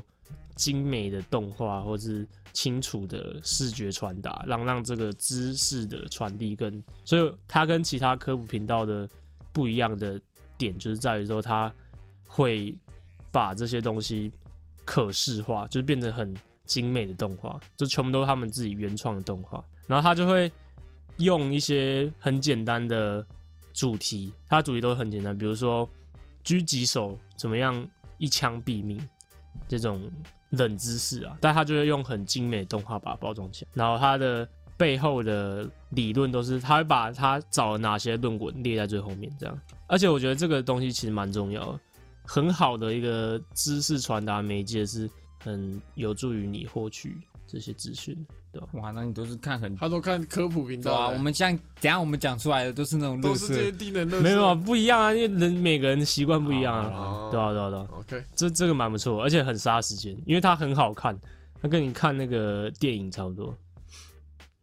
[SPEAKER 3] 精美的动画或是清楚的视觉传达，让让这个知识的传递更。所以他跟其他科普频道的不一样的点，就是在于说他会把这些东西可视化，就是变成很精美的动画，就全部都是他们自己原创的动画。然后他就会用一些很简单的主题，它的主题都很简单，比如说狙击手怎么样一枪毙命这种冷知识啊，但他就会用很精美的动画把它包装起来，然后他的背后的理论都是他会把他找了哪些论文列在最后面这样，而且我觉得这个东西其实蛮重要的，很好的一个知识传达媒介是很有助于你获取这些资讯。
[SPEAKER 4] *laughs* 哇，那你都是看很
[SPEAKER 2] 他都看科普频
[SPEAKER 4] 多
[SPEAKER 2] 道
[SPEAKER 4] 啊。
[SPEAKER 2] 的
[SPEAKER 4] 我们这样，等一下我们讲出来的都是那种
[SPEAKER 2] 都
[SPEAKER 4] 乐
[SPEAKER 2] 是这些
[SPEAKER 4] 色，
[SPEAKER 2] 低能乐色。
[SPEAKER 3] 没有啊，不一样啊，因为人每个人习惯不一样啊，
[SPEAKER 2] 哦
[SPEAKER 3] 对啊对啊对啊，
[SPEAKER 2] ，OK，
[SPEAKER 3] 这这个蛮不错，而且很杀时间，因为它很好看，它跟你看那个电影差不多，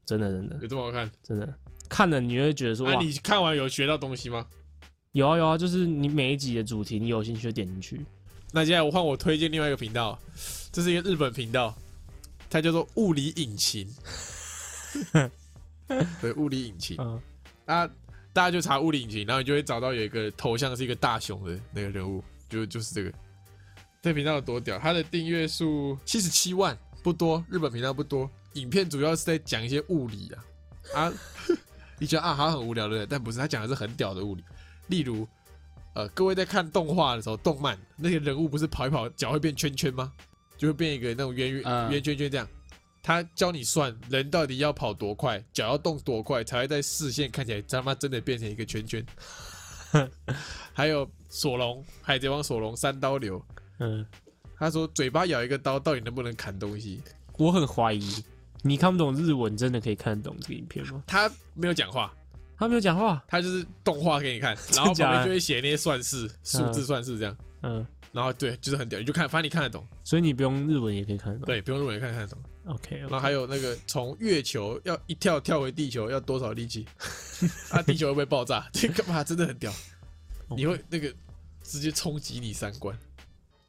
[SPEAKER 3] 真的真的
[SPEAKER 2] 有这么好看？
[SPEAKER 3] 真的，看了你会觉得说
[SPEAKER 2] 那、
[SPEAKER 3] 哇，
[SPEAKER 2] 你看完有学到东西吗？
[SPEAKER 3] 有啊有啊，就是你每一集的主题你有兴趣就点进去，
[SPEAKER 2] 那接下来我换我推荐另外一个频道，这是一个日本频道，它叫做物理引擎。对，物理引擎
[SPEAKER 3] 嗯，
[SPEAKER 2] 啊，大家就查物理引擎，然后你就会找到有一个头像是一个大熊的那个人物，就就是这个。这频道有多屌？它的订阅数七十七万，不多，日本频道不多。影片主要是在讲一些物理啊啊， *laughs* 你觉得啊好像很无聊的，但不是，他讲的是很屌的物理，例如。呃，各位在看动画的时候，动漫那些人物不是跑一跑脚会变圈圈吗？就会变一个那种圆圆、
[SPEAKER 4] 嗯
[SPEAKER 2] 圆圈圈这样。他教你算人到底要跑多快，脚要动多快，才会在视线看起来他妈真的变成一个圈圈。还有索隆，海贼王索隆三刀流，
[SPEAKER 3] 嗯，
[SPEAKER 2] 他说嘴巴咬一个刀，到底能不能砍东西？
[SPEAKER 3] 我很怀疑你看不懂日文，真的可以看得懂这个影片吗？
[SPEAKER 2] 他没有讲话，
[SPEAKER 3] 他没有讲话，
[SPEAKER 2] 他就是动画给你
[SPEAKER 3] *laughs*
[SPEAKER 2] 看，然后
[SPEAKER 3] 假
[SPEAKER 2] 旁
[SPEAKER 3] 的
[SPEAKER 2] 边就会写那些算式、数字算式这样。
[SPEAKER 3] 嗯，
[SPEAKER 2] 然后对，就是很屌，你就看，反正你看得懂，
[SPEAKER 3] 所以你不用日文也可以看得懂。
[SPEAKER 2] 对，不用日文也看看得懂。
[SPEAKER 3] ，OK，
[SPEAKER 2] 然后还有那个从月球要一跳跳回地球要多少力
[SPEAKER 3] *laughs*
[SPEAKER 2] 气？啊，地球会不会爆炸？这个嘛真的很屌，
[SPEAKER 3] 哦
[SPEAKER 2] 你会那个直接冲击你三观，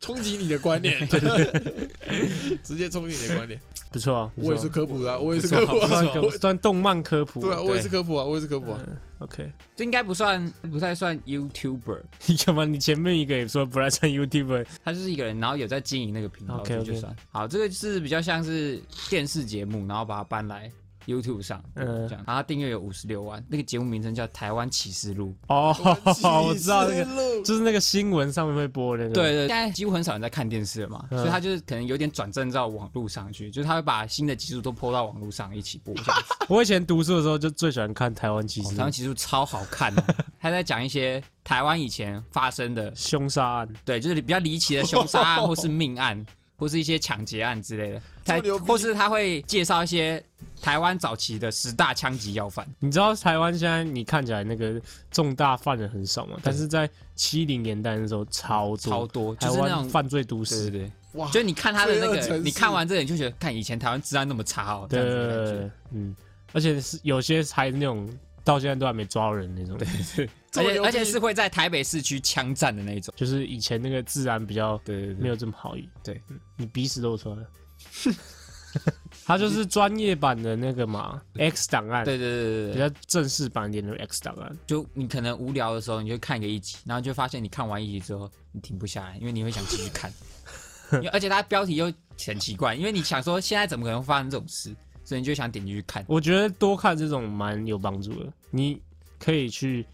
[SPEAKER 2] 冲击你的观
[SPEAKER 3] *laughs*
[SPEAKER 2] 念， *laughs* 直接冲击你的观念。
[SPEAKER 3] 不错啊，不错啊
[SPEAKER 2] 我也是科普的啊，我也是科普啊，
[SPEAKER 3] 算
[SPEAKER 2] 我
[SPEAKER 3] 算动漫科普，嗯
[SPEAKER 2] 对啊，我也是科普啊，我也是科普啊。
[SPEAKER 3] ，OK。 *laughs*
[SPEAKER 4] 这应该不算，不太算 YouTuber，
[SPEAKER 3] 要么你前面一个也说不爱穿 YouTube，
[SPEAKER 4] 他就是一个人，然后有在经营那个频道，
[SPEAKER 3] OK，OK
[SPEAKER 4] 这就算。好，这个是比较像是电视节目，然后把它搬来 YouTube 上，
[SPEAKER 3] 嗯
[SPEAKER 4] 嗯，这样，然后他订阅有五十六万，那个节目名称叫《台湾启示录》，
[SPEAKER 3] 哦， *laughs* 我知道那个，
[SPEAKER 1] 个
[SPEAKER 3] 就是那个新闻上面会播的那个。
[SPEAKER 4] 对对，现在几乎很少人在看电视了嘛，
[SPEAKER 3] 嗯
[SPEAKER 4] 所以他就是可能有点转战到网络上去，就是他会把新的技术都播到网络上
[SPEAKER 3] *laughs*
[SPEAKER 4] 一起播这样子。
[SPEAKER 3] 我以前读书的时候就最喜欢看台湾骑
[SPEAKER 4] 哦
[SPEAKER 3] 士
[SPEAKER 4] 台湾技术超好看的， *laughs* 他在讲一些台湾以前发生的，
[SPEAKER 3] 凶杀案，
[SPEAKER 4] 对，就是比较离奇的凶杀案或是命案。 *laughs* 或是一些抢劫案之类的，他
[SPEAKER 1] 这么牛逼
[SPEAKER 4] 或是他会介绍一些台湾早期的十大枪击要犯，
[SPEAKER 3] 你知道台湾现在你看起来那个重大犯人很少嘛？但是在七零年代的时候超多，
[SPEAKER 4] 超多，就
[SPEAKER 3] 台
[SPEAKER 4] 是那
[SPEAKER 3] 湾
[SPEAKER 4] 种
[SPEAKER 3] 犯罪都
[SPEAKER 4] 对
[SPEAKER 3] 市。
[SPEAKER 4] 对
[SPEAKER 2] 哇
[SPEAKER 4] 对，就你看他的那
[SPEAKER 1] 罪恶城
[SPEAKER 4] 个，
[SPEAKER 1] 市
[SPEAKER 4] 你看完这个你就觉得，看以前台湾治安那么差哦，这样子的感觉。
[SPEAKER 3] 对，嗯，而且是有些还那种到现在都还没抓人那种，
[SPEAKER 1] 这
[SPEAKER 4] 而
[SPEAKER 1] 么
[SPEAKER 4] 且
[SPEAKER 1] 牛
[SPEAKER 4] 而且
[SPEAKER 1] 逼
[SPEAKER 4] 是会在台北市区枪战的那一种。
[SPEAKER 3] 就是以前那个治安比较
[SPEAKER 4] 对对
[SPEAKER 3] 没有这么好。
[SPEAKER 4] 对
[SPEAKER 3] 嗯，你鼻屎露出来了。 *laughs* 他就是专业版的那个嘛，X 档案，
[SPEAKER 4] 对对对对
[SPEAKER 3] 比
[SPEAKER 4] 对，
[SPEAKER 3] 较正式版一点的 X 档案。
[SPEAKER 4] 就你可能无聊的时候，你就看个一集，然后就发现你看完一集之后，你停不下来，因为你会想继续看。因为而且它标题又很奇怪，因为你想说现在怎么可能会发生这种事，所以你就想点进去看。
[SPEAKER 3] 我觉得多看这种蛮有帮助的，你可以去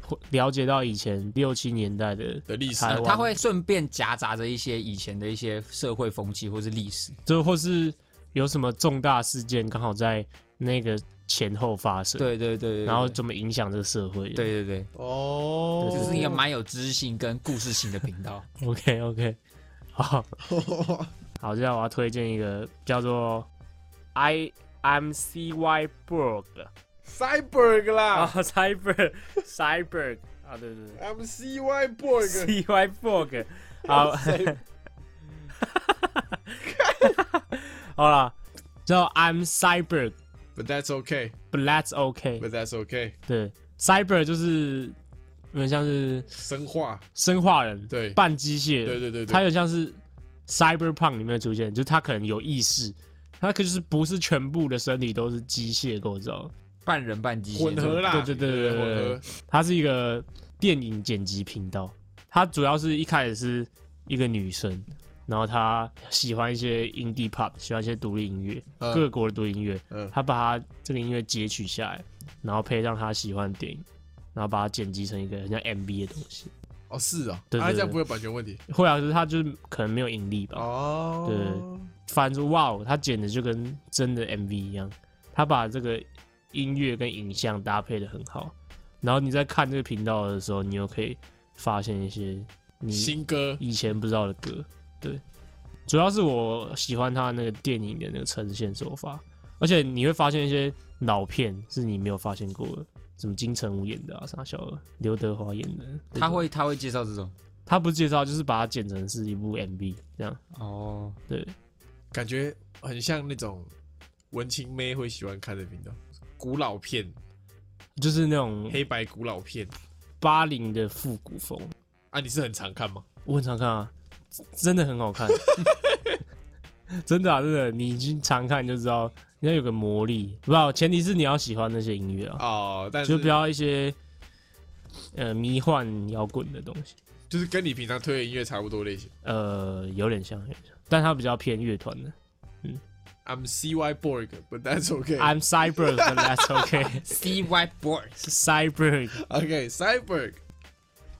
[SPEAKER 3] 回了解到以前六七年代的啊
[SPEAKER 2] 的历史
[SPEAKER 3] 台湾，
[SPEAKER 4] 呃它会顺便夹杂着一些以前的一些社会风气或是历史。
[SPEAKER 3] 就或是有什么重大事件刚好在那个前后发生，，
[SPEAKER 4] 对对对对，对
[SPEAKER 3] 然后怎么影响这个社会，
[SPEAKER 4] 对对对，
[SPEAKER 2] 哦，
[SPEAKER 4] 这是一个蛮有知识性跟故事性的频道。
[SPEAKER 3] ，OK OK，好，好，接下来我要推荐一个叫做 I M C Y Blog
[SPEAKER 2] Cyberg
[SPEAKER 3] 啊
[SPEAKER 2] 啦
[SPEAKER 3] ，Cyber Cyber 哦啊，对对对。
[SPEAKER 2] ，MCY Borg，
[SPEAKER 3] C Y Fog，好，
[SPEAKER 2] *laughs*
[SPEAKER 3] 好了，叫 I'm Cyber，
[SPEAKER 2] But that's okay.
[SPEAKER 3] but that's okay。
[SPEAKER 2] But that's okay.
[SPEAKER 3] 对，Cyber 就是有点像是
[SPEAKER 2] 生化，
[SPEAKER 3] 生化人，
[SPEAKER 2] 对
[SPEAKER 3] 半机械人，
[SPEAKER 2] 对对对对
[SPEAKER 3] 它有像是 Cyberpunk 里面出现，就是它可能有意识，它可就是不是全部的身体都是机械构造，
[SPEAKER 4] 半人半机械
[SPEAKER 2] 混合啦，
[SPEAKER 3] 对对对对
[SPEAKER 2] 对
[SPEAKER 3] 对对
[SPEAKER 2] 混合。
[SPEAKER 3] 它是一个电影剪辑频道，它主要是一开始是一个女生，然后她喜欢一些 indie pop，喜欢一些独立音乐，
[SPEAKER 2] 嗯
[SPEAKER 3] 各国的独立音乐，
[SPEAKER 2] 嗯
[SPEAKER 3] 她把她这个音乐截取下来，然后配上她喜欢的电影，然后把它剪辑成一个很像 MV 的东西。
[SPEAKER 2] 哦，是啊，
[SPEAKER 3] 对对对
[SPEAKER 2] 啊这样不会有版权问题
[SPEAKER 3] 后来就是她就是可能没有盈利吧，
[SPEAKER 2] 哦。
[SPEAKER 3] 对反正哇哦，他剪的就跟真的 MV 一样，他把这个音乐跟影像搭配的很好。然后你在看这个频道的时候，你又可以发现一些你
[SPEAKER 2] 新歌
[SPEAKER 3] 以前不知道的歌。对，主要是我喜欢他那个电影的那个呈现手法，而且你会发现一些老片是你没有发现过的，什么金城武演的啊，啥小的刘德华演的，
[SPEAKER 4] 他会他会介绍这种
[SPEAKER 3] 他不是介绍，就是把它剪成是一部 MV 这样。
[SPEAKER 4] 哦，
[SPEAKER 3] 对，
[SPEAKER 2] 感觉很像那种文青妹会喜欢看的频道，古老片，
[SPEAKER 3] 就是那种
[SPEAKER 2] 黑白古老片
[SPEAKER 3] 八零的复古风。
[SPEAKER 2] 啊，你是很常看吗？
[SPEAKER 3] 我很常看啊，真的很好看， *laughs* 真的啊，真的，你去常看就知道，你要有个魔力，不知道，前提是你要喜欢那些音乐啊，
[SPEAKER 2] 哦，但
[SPEAKER 3] 就是不要一些呃迷幻摇滚的东西，
[SPEAKER 2] 就是跟你平常推的音乐差不多类型。
[SPEAKER 3] 呃，有点像，有点像，但它比较偏乐团的。
[SPEAKER 2] I'm CY Borg，but that's okay.
[SPEAKER 3] I'm cyber, but that's *laughs* okay.
[SPEAKER 4] C Y Boy，
[SPEAKER 3] 是 cyber
[SPEAKER 2] OK Cyberg，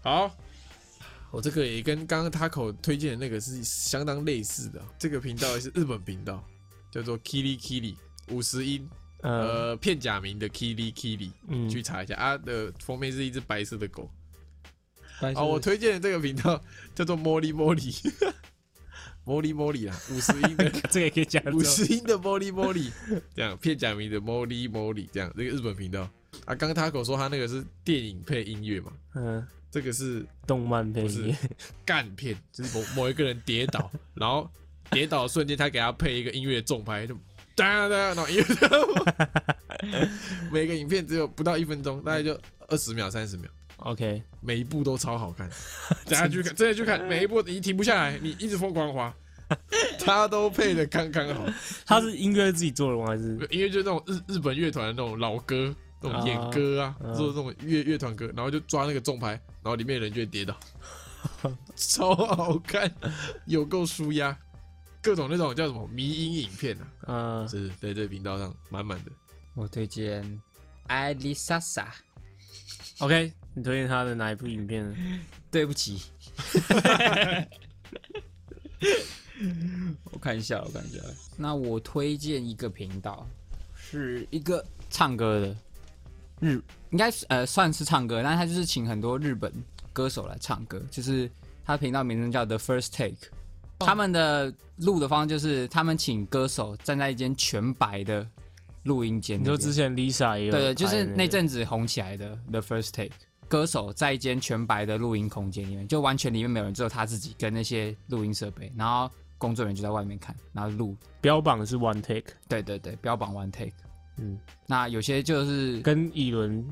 [SPEAKER 2] 好，我这个也跟刚刚 Taco 推荐的那个是相当类似的啊，这个频道也是日本频道， *laughs* 叫做 Kili Kili 五十音，
[SPEAKER 3] 呃
[SPEAKER 2] 呃，片假名的 Kili Kili，
[SPEAKER 3] 嗯
[SPEAKER 2] 去查一下啊，的封面是一只白色的狗。
[SPEAKER 4] 哦
[SPEAKER 2] 哦，我推荐的这个频道叫做茉莉茉 *laughs* 莉，茉莉茉莉啊，五十音
[SPEAKER 3] *laughs*
[SPEAKER 2] 的
[SPEAKER 3] 这个也可以讲
[SPEAKER 2] 五
[SPEAKER 3] 之后。
[SPEAKER 2] 十音的茉莉茉莉， *laughs* 这样片假名的茉莉茉莉，这样这个日本频道啊，刚刚 Taco 说他那个是电影配音乐嘛，
[SPEAKER 3] 嗯、
[SPEAKER 2] 这个是
[SPEAKER 3] 动漫配
[SPEAKER 2] 不是
[SPEAKER 3] 音，
[SPEAKER 2] 干片，就是某 *laughs* 某一个人跌倒，然后跌倒的瞬间，他给他配一个音乐重拍，就哒哒哒，然后音乐， *laughs* 每个影片只有不到一分钟，大概就二十秒、三十秒，
[SPEAKER 3] OK，
[SPEAKER 2] 每一部都超好看，大家去看， *laughs* 真的去看，每一部你停不下来，你一直疯狂滑，他都配的刚刚好，
[SPEAKER 3] 他是音乐自己做的吗？还是
[SPEAKER 2] 因为就那种日日本乐团的那种老歌。那种演歌啊，
[SPEAKER 3] 啊
[SPEAKER 2] 做那种乐乐团歌，然后就抓那个重拍，然后里面的人就会跌倒，超好看，有够舒压，各种那种叫什么迷音影片啊，
[SPEAKER 3] 呃
[SPEAKER 2] 是在这个频道上满满的。
[SPEAKER 4] 我推荐艾丽莎莎。
[SPEAKER 3] OK，你推荐他的哪一部影片呢？
[SPEAKER 4] 对不起， *laughs* 我看一下，我看一下。那我推荐一个频道，是一个唱歌的日，应该是呃算是唱歌，但是他就是请很多日本歌手来唱歌，就是他的频道名称叫 The First Take。他
[SPEAKER 3] 哦
[SPEAKER 4] 们的录的方式就是他们请歌手站在一间全白的录音间那
[SPEAKER 3] 你
[SPEAKER 4] 边，
[SPEAKER 3] 说之前 Lisa 也有拍的个，
[SPEAKER 4] 对，就是那阵子红起来的 The First Take，歌手在一间全白的录音空间里面，就完全里面没有人，只有他自己跟那些录音设备，然后工作人员就在外面看，然后录。
[SPEAKER 3] 标榜是 One Take，
[SPEAKER 4] 对对对，标榜 One Take。
[SPEAKER 3] 嗯，
[SPEAKER 4] 那有些就是
[SPEAKER 3] 跟一轮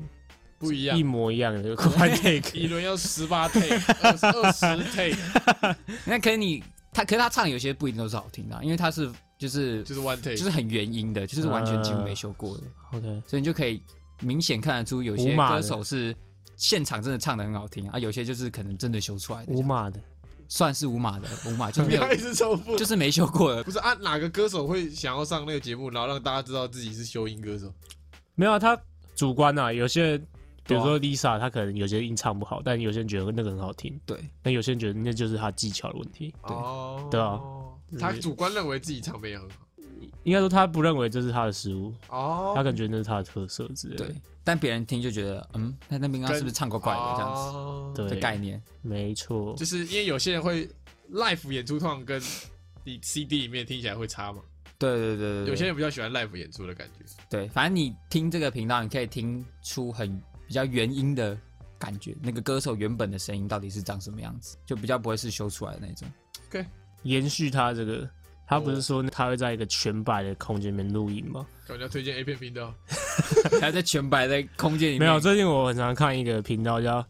[SPEAKER 2] 不一样
[SPEAKER 3] 一。模一样的 One
[SPEAKER 2] *laughs*
[SPEAKER 3] Take，
[SPEAKER 2] 一轮要十八 take，二十二十 take，
[SPEAKER 4] 那可能你他，可是他唱有些不一定都是好听的啊、因为他是就是
[SPEAKER 2] 就是 one
[SPEAKER 4] 就
[SPEAKER 2] take，
[SPEAKER 4] 是很原音的，就是完全几乎
[SPEAKER 3] 呃
[SPEAKER 4] 没修过的，
[SPEAKER 3] OK，
[SPEAKER 4] 所以你就可以明显看得出有
[SPEAKER 3] 无
[SPEAKER 4] 些
[SPEAKER 3] 码的
[SPEAKER 4] 歌手是现场真的唱的很好听啊，有些就是可能真的修出来的
[SPEAKER 3] 五，码的，
[SPEAKER 4] 算是无码的无码，就是
[SPEAKER 2] 不
[SPEAKER 3] *laughs*
[SPEAKER 4] 没有
[SPEAKER 2] 要一直重 *laughs* 复。
[SPEAKER 4] 就是没修过的
[SPEAKER 2] 不是啊，哪个歌手会想要上那个节目，然后让大家知道自己是修音歌手？
[SPEAKER 3] 没有啊，他主观啊，有些人比
[SPEAKER 4] 对啊
[SPEAKER 3] 如说 Lisa，她可能有些音唱不好，但有些人觉得那个很好听，
[SPEAKER 4] 对，
[SPEAKER 3] 但有些人觉得那就是她技巧的问题。
[SPEAKER 2] 哦，
[SPEAKER 3] 对啊，
[SPEAKER 2] 他主观认为自己唱没有很好。
[SPEAKER 3] 应该说他不认为这是他的失误，
[SPEAKER 2] 哦，
[SPEAKER 3] 他可能觉得那是他的特色之类的。
[SPEAKER 4] 对，但别人听就觉得，嗯，那那边刚刚是不是唱过怪的这样子
[SPEAKER 2] 哦
[SPEAKER 3] 对
[SPEAKER 4] 的概念？
[SPEAKER 3] 没错
[SPEAKER 2] 就，是因为有些人会 live 演出，通常跟你 CD 里面听起来会差嘛。
[SPEAKER 4] 对对对对，
[SPEAKER 2] 有些人比较喜欢 live 演出的感觉。
[SPEAKER 4] 对，反正你听这个频道，你可以听出很比较原音的感觉，那个歌手原本的声音到底是长什么样子，就比较不会是修出来的那
[SPEAKER 2] *laughs*
[SPEAKER 4] 种。
[SPEAKER 3] 延续他这个，他不
[SPEAKER 2] 哦
[SPEAKER 3] 是说他会在一个全白的空间里面录音吗？
[SPEAKER 2] 感觉要推荐 A 片频道，
[SPEAKER 4] 还在全白的空间里面，
[SPEAKER 3] 没有，最近我很常看一个频道叫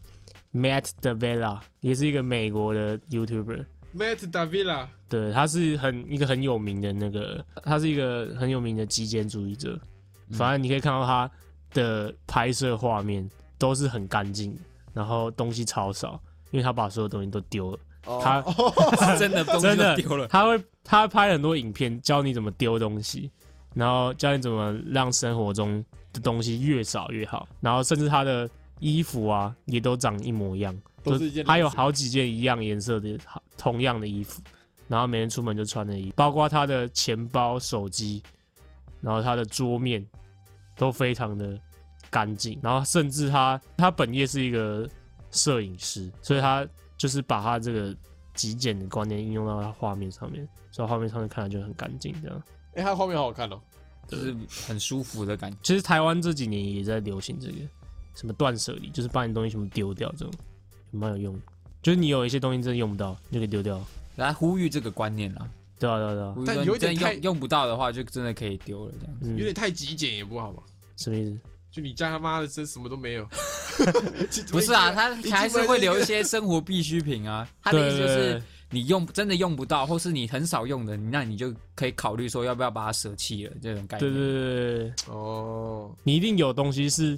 [SPEAKER 3] Matt Devella，也是一个美国的 YouTuber。
[SPEAKER 2] Matt Davila
[SPEAKER 3] 对，他是很一个很有名的那个，他是一个很有名的极简主义者。
[SPEAKER 4] 嗯
[SPEAKER 3] 反正你可以看到他的拍摄画面都是很干净，然后东西超少，因为他把所有东西都丢了。
[SPEAKER 4] 哦
[SPEAKER 3] 他
[SPEAKER 4] *laughs* 真的东西
[SPEAKER 3] 真
[SPEAKER 4] 都
[SPEAKER 3] 的
[SPEAKER 4] 丢了。
[SPEAKER 3] 他会他拍很多影片教你怎么丢东西，然后教你怎么让生活中的东西越少越好，然后甚至他的衣服啊也都长一模一样，
[SPEAKER 2] 都是一件
[SPEAKER 3] 他有
[SPEAKER 2] 类似
[SPEAKER 3] 好几件一样颜色的好同样的衣服，然后每天出门就穿的衣服，包括他的钱包、手机，然后他的桌面都非常的干净，然后甚至他他本业是一个摄影师，所以他就是把他这个极简的观念应用到他画面上面，所以画面上面看来就很干净。这样，
[SPEAKER 2] 哎、他画面好好看哦。
[SPEAKER 4] 就是很舒服的感觉，
[SPEAKER 3] 其实台湾这几年也在流行这个什么断舍离，就是把你东西全部丢掉，这种蛮有用的。就是你有一些东西真的用不到，你就可以丢掉。
[SPEAKER 4] 来呼吁这个观念啦。
[SPEAKER 3] 对啊，对啊，对啊。
[SPEAKER 4] 呼吁
[SPEAKER 2] 但
[SPEAKER 4] 说
[SPEAKER 2] 有
[SPEAKER 4] 你真
[SPEAKER 2] 点
[SPEAKER 4] 的
[SPEAKER 2] 太
[SPEAKER 4] 用用不到的话，就真的可以丢了这样。
[SPEAKER 2] 有
[SPEAKER 3] 嗯，
[SPEAKER 2] 点太极简也不好嘛。
[SPEAKER 3] 什么意思？
[SPEAKER 2] 就你家他妈的真什么都没
[SPEAKER 4] *laughs*
[SPEAKER 2] 有，
[SPEAKER 4] 不是啊，他
[SPEAKER 2] 经
[SPEAKER 4] 还是会留
[SPEAKER 2] 一
[SPEAKER 4] 一
[SPEAKER 2] 个
[SPEAKER 4] 些生活必需品
[SPEAKER 3] *laughs*
[SPEAKER 4] 啊。他的意思就
[SPEAKER 3] 对对
[SPEAKER 4] 是
[SPEAKER 3] 对
[SPEAKER 4] 你用真的用不到，或是你很少用的，那你就可以考虑说要不要把它舍弃了这种概
[SPEAKER 3] 对
[SPEAKER 4] 念。
[SPEAKER 3] 对对对，对
[SPEAKER 2] 哦
[SPEAKER 3] 你一定有东西是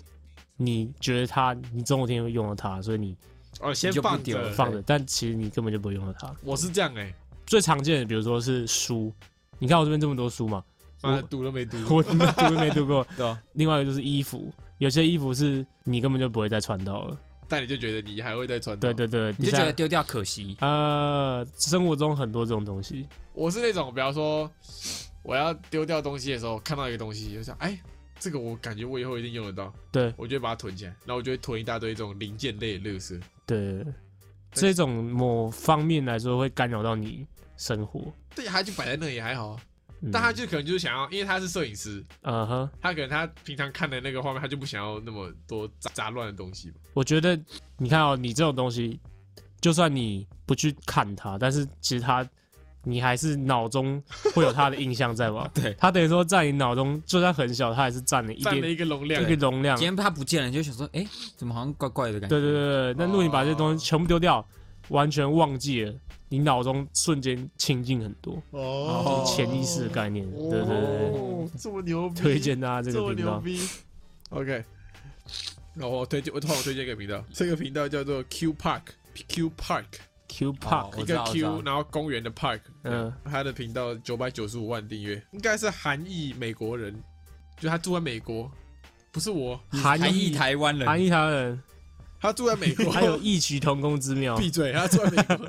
[SPEAKER 3] 你觉得它，你总有一天会用到它，所以你
[SPEAKER 2] 哦，先
[SPEAKER 4] 你就不
[SPEAKER 2] 放
[SPEAKER 4] 丢
[SPEAKER 2] 着
[SPEAKER 4] 了
[SPEAKER 3] 放着，但其实你根本就不会用到它。
[SPEAKER 2] 我是这样哎、
[SPEAKER 3] 最常见的，比如说是书，你看我这边这么多书嘛，
[SPEAKER 2] 妈的读都没读，
[SPEAKER 3] 我读都没读过。
[SPEAKER 4] 对啊
[SPEAKER 3] 另外一个就是衣服，有些衣服是你根本就不会再穿到了。
[SPEAKER 2] 但你就觉得你还会再穿。
[SPEAKER 3] 对，对对，
[SPEAKER 4] 你就觉
[SPEAKER 3] 像
[SPEAKER 4] 得丢掉可惜。
[SPEAKER 3] 呃，生活中很多这种东西，
[SPEAKER 2] 我是那种，比方说我要丢掉东西的时候，看到一个东西，就想哎。这个我感觉我以后一定用得到，
[SPEAKER 3] 对
[SPEAKER 2] 我就会把它囤起来，然后我就会囤一大堆这种零件类的垃圾。
[SPEAKER 3] 对，这种某方面来说会干扰到你生活。
[SPEAKER 2] 对，它就摆在那也还好啊，
[SPEAKER 3] 嗯
[SPEAKER 2] 但他就可能就是想要，因为他是摄影师，
[SPEAKER 3] 嗯哼。
[SPEAKER 2] 他可能他平常看的那个画面，他就不想要那么多杂杂乱的东西嘛。
[SPEAKER 3] 我觉得你看哦，你这种东西，就算你不去看它，但是其实它，你还是脑中会有它的印象在
[SPEAKER 2] *laughs*
[SPEAKER 3] 吧？
[SPEAKER 4] 对
[SPEAKER 3] 它等于说在你脑中，就算很小，它还是占了一
[SPEAKER 2] 占了
[SPEAKER 3] 点
[SPEAKER 2] 一个容量
[SPEAKER 3] 一，个容量。
[SPEAKER 4] 今
[SPEAKER 3] 对
[SPEAKER 4] 天他不见了，你就想说，哎、怎么好像怪怪的感觉？
[SPEAKER 3] 嗯对对对，那如果你把这些东西全部丢掉，完全忘记了，你脑中瞬间清静很多，
[SPEAKER 2] 哦
[SPEAKER 3] 潜意识的概念。对对对对，
[SPEAKER 2] 哦，这么牛逼，
[SPEAKER 3] 推荐大家这
[SPEAKER 2] 这
[SPEAKER 3] 个
[SPEAKER 2] 么
[SPEAKER 3] 频
[SPEAKER 2] 牛
[SPEAKER 3] 道。
[SPEAKER 2] 逼。OK，那我推荐，我突然推荐一个频道，这个频道叫做 Q Park。Q Park
[SPEAKER 3] Q
[SPEAKER 4] 哦
[SPEAKER 3] Park，
[SPEAKER 4] 我
[SPEAKER 2] 一
[SPEAKER 4] 知
[SPEAKER 2] 个
[SPEAKER 4] 道我知道
[SPEAKER 2] Q，然后公园的 Park，
[SPEAKER 3] 嗯
[SPEAKER 2] 嗯，他的频道九百九十五万订阅，应该是韩裔美国人，就他住在美国，不是我，
[SPEAKER 3] 韩
[SPEAKER 4] 韩裔
[SPEAKER 3] 裔
[SPEAKER 4] 台湾人，
[SPEAKER 3] 韩裔台湾人，
[SPEAKER 2] 他住在美
[SPEAKER 4] *laughs*
[SPEAKER 2] 国，
[SPEAKER 3] 还有异曲同工之妙。
[SPEAKER 2] 闭嘴，他住在美国，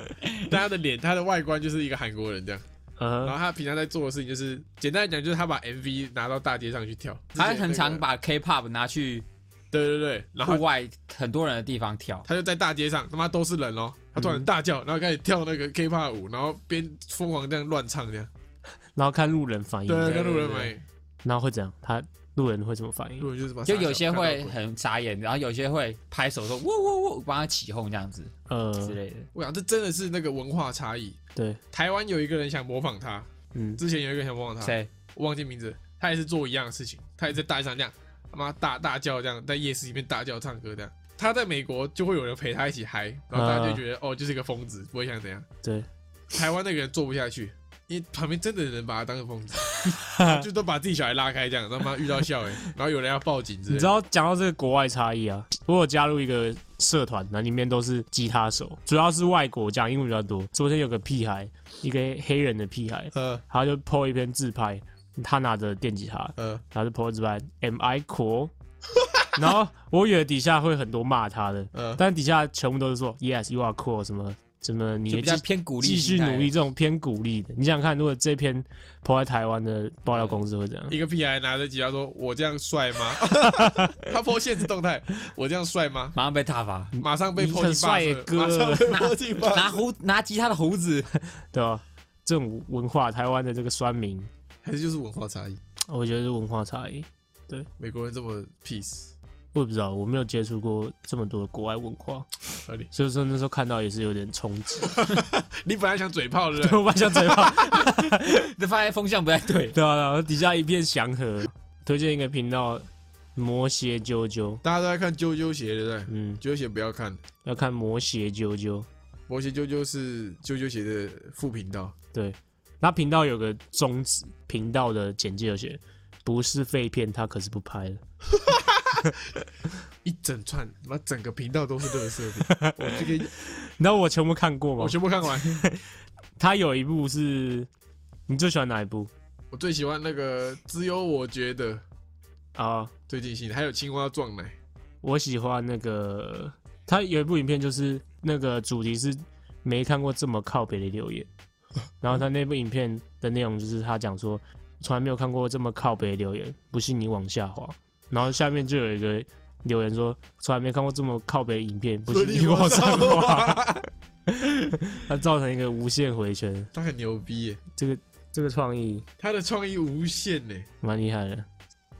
[SPEAKER 2] 但他的脸，他的外观就是一个韩国人这样。
[SPEAKER 3] 嗯
[SPEAKER 2] 然
[SPEAKER 3] 哼，
[SPEAKER 2] 后他平常在做的事情就是，简单来讲，就是他把 MV 拿到大街上去跳，
[SPEAKER 4] 他
[SPEAKER 2] 之前
[SPEAKER 4] 很
[SPEAKER 2] 那个
[SPEAKER 4] 常，把 K-pop 拿去
[SPEAKER 2] 对对对，然
[SPEAKER 4] 户
[SPEAKER 2] 后
[SPEAKER 4] 外很多人的地方跳，
[SPEAKER 2] 他就在大街上，他妈都是人哦，他突然大叫，然后开始跳那个 K-pop 舞，然后边疯狂这样乱唱这样，
[SPEAKER 3] 然后看路人反应
[SPEAKER 2] 对，，
[SPEAKER 4] 对
[SPEAKER 2] 跟路人
[SPEAKER 4] 对
[SPEAKER 2] 反应，
[SPEAKER 3] 然后会怎样？他路人会怎么反应
[SPEAKER 2] 路？人就是把
[SPEAKER 4] 就
[SPEAKER 2] 傻小
[SPEAKER 4] 有些
[SPEAKER 2] 看到
[SPEAKER 4] 会
[SPEAKER 2] 鬼
[SPEAKER 4] 很傻眼，然后有些会拍手说“喔喔喔”，帮他起哄这样子
[SPEAKER 3] 呃，
[SPEAKER 4] 之类的。
[SPEAKER 2] 我想这真的是那个文化差异。
[SPEAKER 3] 对，
[SPEAKER 2] 台湾有一个人想模仿他，
[SPEAKER 3] 嗯，
[SPEAKER 2] 之前有一个人想模仿他，
[SPEAKER 3] 啊
[SPEAKER 4] 谁？
[SPEAKER 2] 我忘记名字，他也是做一样的事情，他也在大街上这样，他妈大大叫这样，在夜市里面大叫唱歌这样。他在美国就会有人陪他一起嗨，然后大家就觉得、哦，就是一个疯子，不会想怎样。
[SPEAKER 3] 对，
[SPEAKER 2] 台湾那个人做不下去，因为旁边真的有人把他当个
[SPEAKER 3] *laughs*
[SPEAKER 2] 疯子，然后就都把自己小孩拉开这样，他妈遇到笑哎、然后有人要报警之
[SPEAKER 3] 你
[SPEAKER 2] 类
[SPEAKER 3] 知
[SPEAKER 2] 的。
[SPEAKER 3] 道讲到这个国外差异啊，我有加入一个社团，那里面都是吉他手，主要是外国讲英文比较多。昨天有个屁孩，一个黑人的屁孩，
[SPEAKER 2] 呃
[SPEAKER 3] 他就 po 一篇自拍，他拿着电吉他，
[SPEAKER 2] 呃，
[SPEAKER 3] 然后就 po 自拍，Am I cool？然后我以为底下会很多骂他的，
[SPEAKER 2] 嗯
[SPEAKER 3] 但底下全部都是说 Yes you are cool 什么什么你
[SPEAKER 4] 就比较偏鼓励，啊
[SPEAKER 3] 继续努力。这种偏鼓励的。你想想看，如果这篇 po 在台湾的爆料公司会怎样？
[SPEAKER 4] 嗯
[SPEAKER 2] 一个屁孩拿着吉他说：“我这样帅吗？” *laughs* 他破现实动态：“我这样帅吗
[SPEAKER 4] 马上被踏伐？”，
[SPEAKER 2] 马上被
[SPEAKER 3] 你
[SPEAKER 2] 破
[SPEAKER 3] 很
[SPEAKER 2] 警霸
[SPEAKER 3] 嗯帅耶
[SPEAKER 2] 色
[SPEAKER 3] 哥
[SPEAKER 2] 马上被破警
[SPEAKER 3] *laughs*
[SPEAKER 2] 霸
[SPEAKER 4] 拿
[SPEAKER 2] 色
[SPEAKER 4] 胡拿吉他的胡子， *laughs*
[SPEAKER 3] 对吧？这种文化，台湾的这个酸民，
[SPEAKER 2] 还是就是文化差异。
[SPEAKER 3] 我觉得是文化差异。
[SPEAKER 2] 美国人这么 peace，
[SPEAKER 3] 我也不知道，我没有接触过这么多的国外文化，
[SPEAKER 2] 合理。
[SPEAKER 3] 所以说那时候看到也是有点冲击。 *laughs*
[SPEAKER 2] 你本来想嘴炮对不
[SPEAKER 3] 对，
[SPEAKER 2] 对？
[SPEAKER 3] 我把想嘴巴，
[SPEAKER 4] 就发现风向不太对。
[SPEAKER 3] 对啊，然后底下一片祥和。推荐一个频道，魔鞋啾啾，
[SPEAKER 2] 大家都在看啾啾鞋对不对？
[SPEAKER 3] 嗯，
[SPEAKER 2] 啾啾鞋不要看，
[SPEAKER 3] 要看魔鞋啾啾。
[SPEAKER 2] 魔鞋啾啾是啾啾鞋的副频道。
[SPEAKER 3] 对，那频道有个宗旨，频道的简介有写，不是废片，他可是不拍 *laughs* 的。
[SPEAKER 2] 一整串，妈整个频道都是乐色
[SPEAKER 3] *laughs*
[SPEAKER 2] 片，我这个
[SPEAKER 3] 你知道我全部看过
[SPEAKER 2] 我
[SPEAKER 3] 吗？
[SPEAKER 2] 全部看完。
[SPEAKER 3] 他有一部是，你最喜欢哪一部
[SPEAKER 2] 我最喜欢那个只有我觉得
[SPEAKER 3] 啊
[SPEAKER 2] 最近新，还有青蛙撞奶。
[SPEAKER 3] 我喜欢那个，他有一部影片，就是那个主题是没看过这么靠北的留
[SPEAKER 2] *laughs*
[SPEAKER 3] 言。然后他那部影片的内容就是他讲说，从来没有看过这么靠北的留言，不信你往下滑。然后下面就有一个留言说，从来没看过这么靠北的影片，不信你往
[SPEAKER 2] *laughs*
[SPEAKER 3] 上滑。它造成一个无限回圈，
[SPEAKER 2] 他很牛逼耶，
[SPEAKER 3] 这个这个创意
[SPEAKER 2] 他的创意无限呢。
[SPEAKER 3] 蛮厉害的。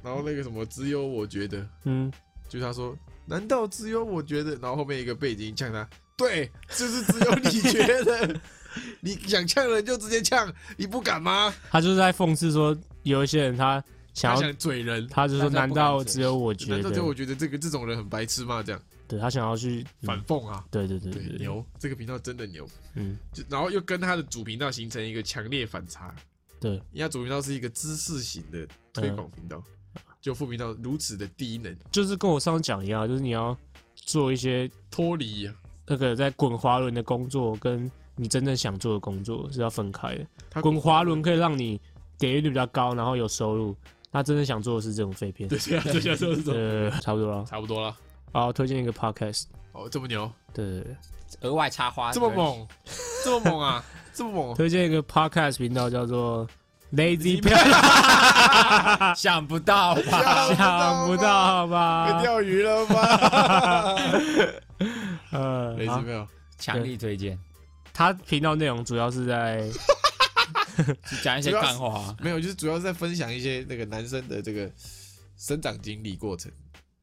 [SPEAKER 2] 然后那个什么，只有我觉得，
[SPEAKER 3] 嗯，
[SPEAKER 2] 就是他说，难道只有我觉得？然后后面一个背景音呛他，对，就是只有你觉得， *laughs* 你想呛人就直接呛，你不敢吗？
[SPEAKER 3] 他就是在讽刺说，有一些人他想
[SPEAKER 2] 他
[SPEAKER 3] 要，
[SPEAKER 2] 想嘴人，
[SPEAKER 3] 他就说，
[SPEAKER 4] 但是他
[SPEAKER 3] 难
[SPEAKER 4] 不敢
[SPEAKER 3] 道
[SPEAKER 4] 嘴
[SPEAKER 3] 只有我觉
[SPEAKER 2] 难
[SPEAKER 3] 得？
[SPEAKER 2] 道只有我觉得这个这种人很白痴吗？这样
[SPEAKER 3] 对他想要去嗯
[SPEAKER 2] 反，讽啊，
[SPEAKER 3] 对对对
[SPEAKER 2] 对，
[SPEAKER 3] 对，
[SPEAKER 2] 牛，这个频道真的牛。
[SPEAKER 3] 嗯，
[SPEAKER 2] 就然后又跟他的主频道形成一个强烈反差。
[SPEAKER 3] 对，
[SPEAKER 2] 因为他主频道是一个知识型的推广频道，就副频道如此的低能，
[SPEAKER 3] 就是跟我上次讲一样，就是你要做一些
[SPEAKER 2] 脱离啊
[SPEAKER 3] 那个在滚滑轮的工作，跟你真正想做的工作是要分开的。
[SPEAKER 2] 他
[SPEAKER 3] 滚滑轮可以让你点阅率比较高，然后有收入。那真正想做的是这种废片，
[SPEAKER 2] *laughs* 对对啊，对啊，就是这种，
[SPEAKER 3] 呃，差不多了。
[SPEAKER 2] 差不多了。
[SPEAKER 3] 好，推荐一个 podcast，
[SPEAKER 2] 哦，这么牛，
[SPEAKER 3] 对对对，
[SPEAKER 4] 额外插花，
[SPEAKER 2] 这么，猛，这么猛啊， *laughs* 这么猛，
[SPEAKER 3] 推荐一个 podcast 频道叫做 Lazy p a r
[SPEAKER 4] 想不到吧？
[SPEAKER 3] 想不到好吧？
[SPEAKER 2] 钓鱼了 *laughs* 吗？
[SPEAKER 3] 呃，
[SPEAKER 2] 雷子
[SPEAKER 3] 好
[SPEAKER 2] 没有，
[SPEAKER 4] 强力推荐，
[SPEAKER 3] 他频道内容主要是在
[SPEAKER 4] 就讲一些
[SPEAKER 2] 主要是
[SPEAKER 4] 干话。
[SPEAKER 2] 没有，就是主要是在分享一些那个男生的这个生长经历过程，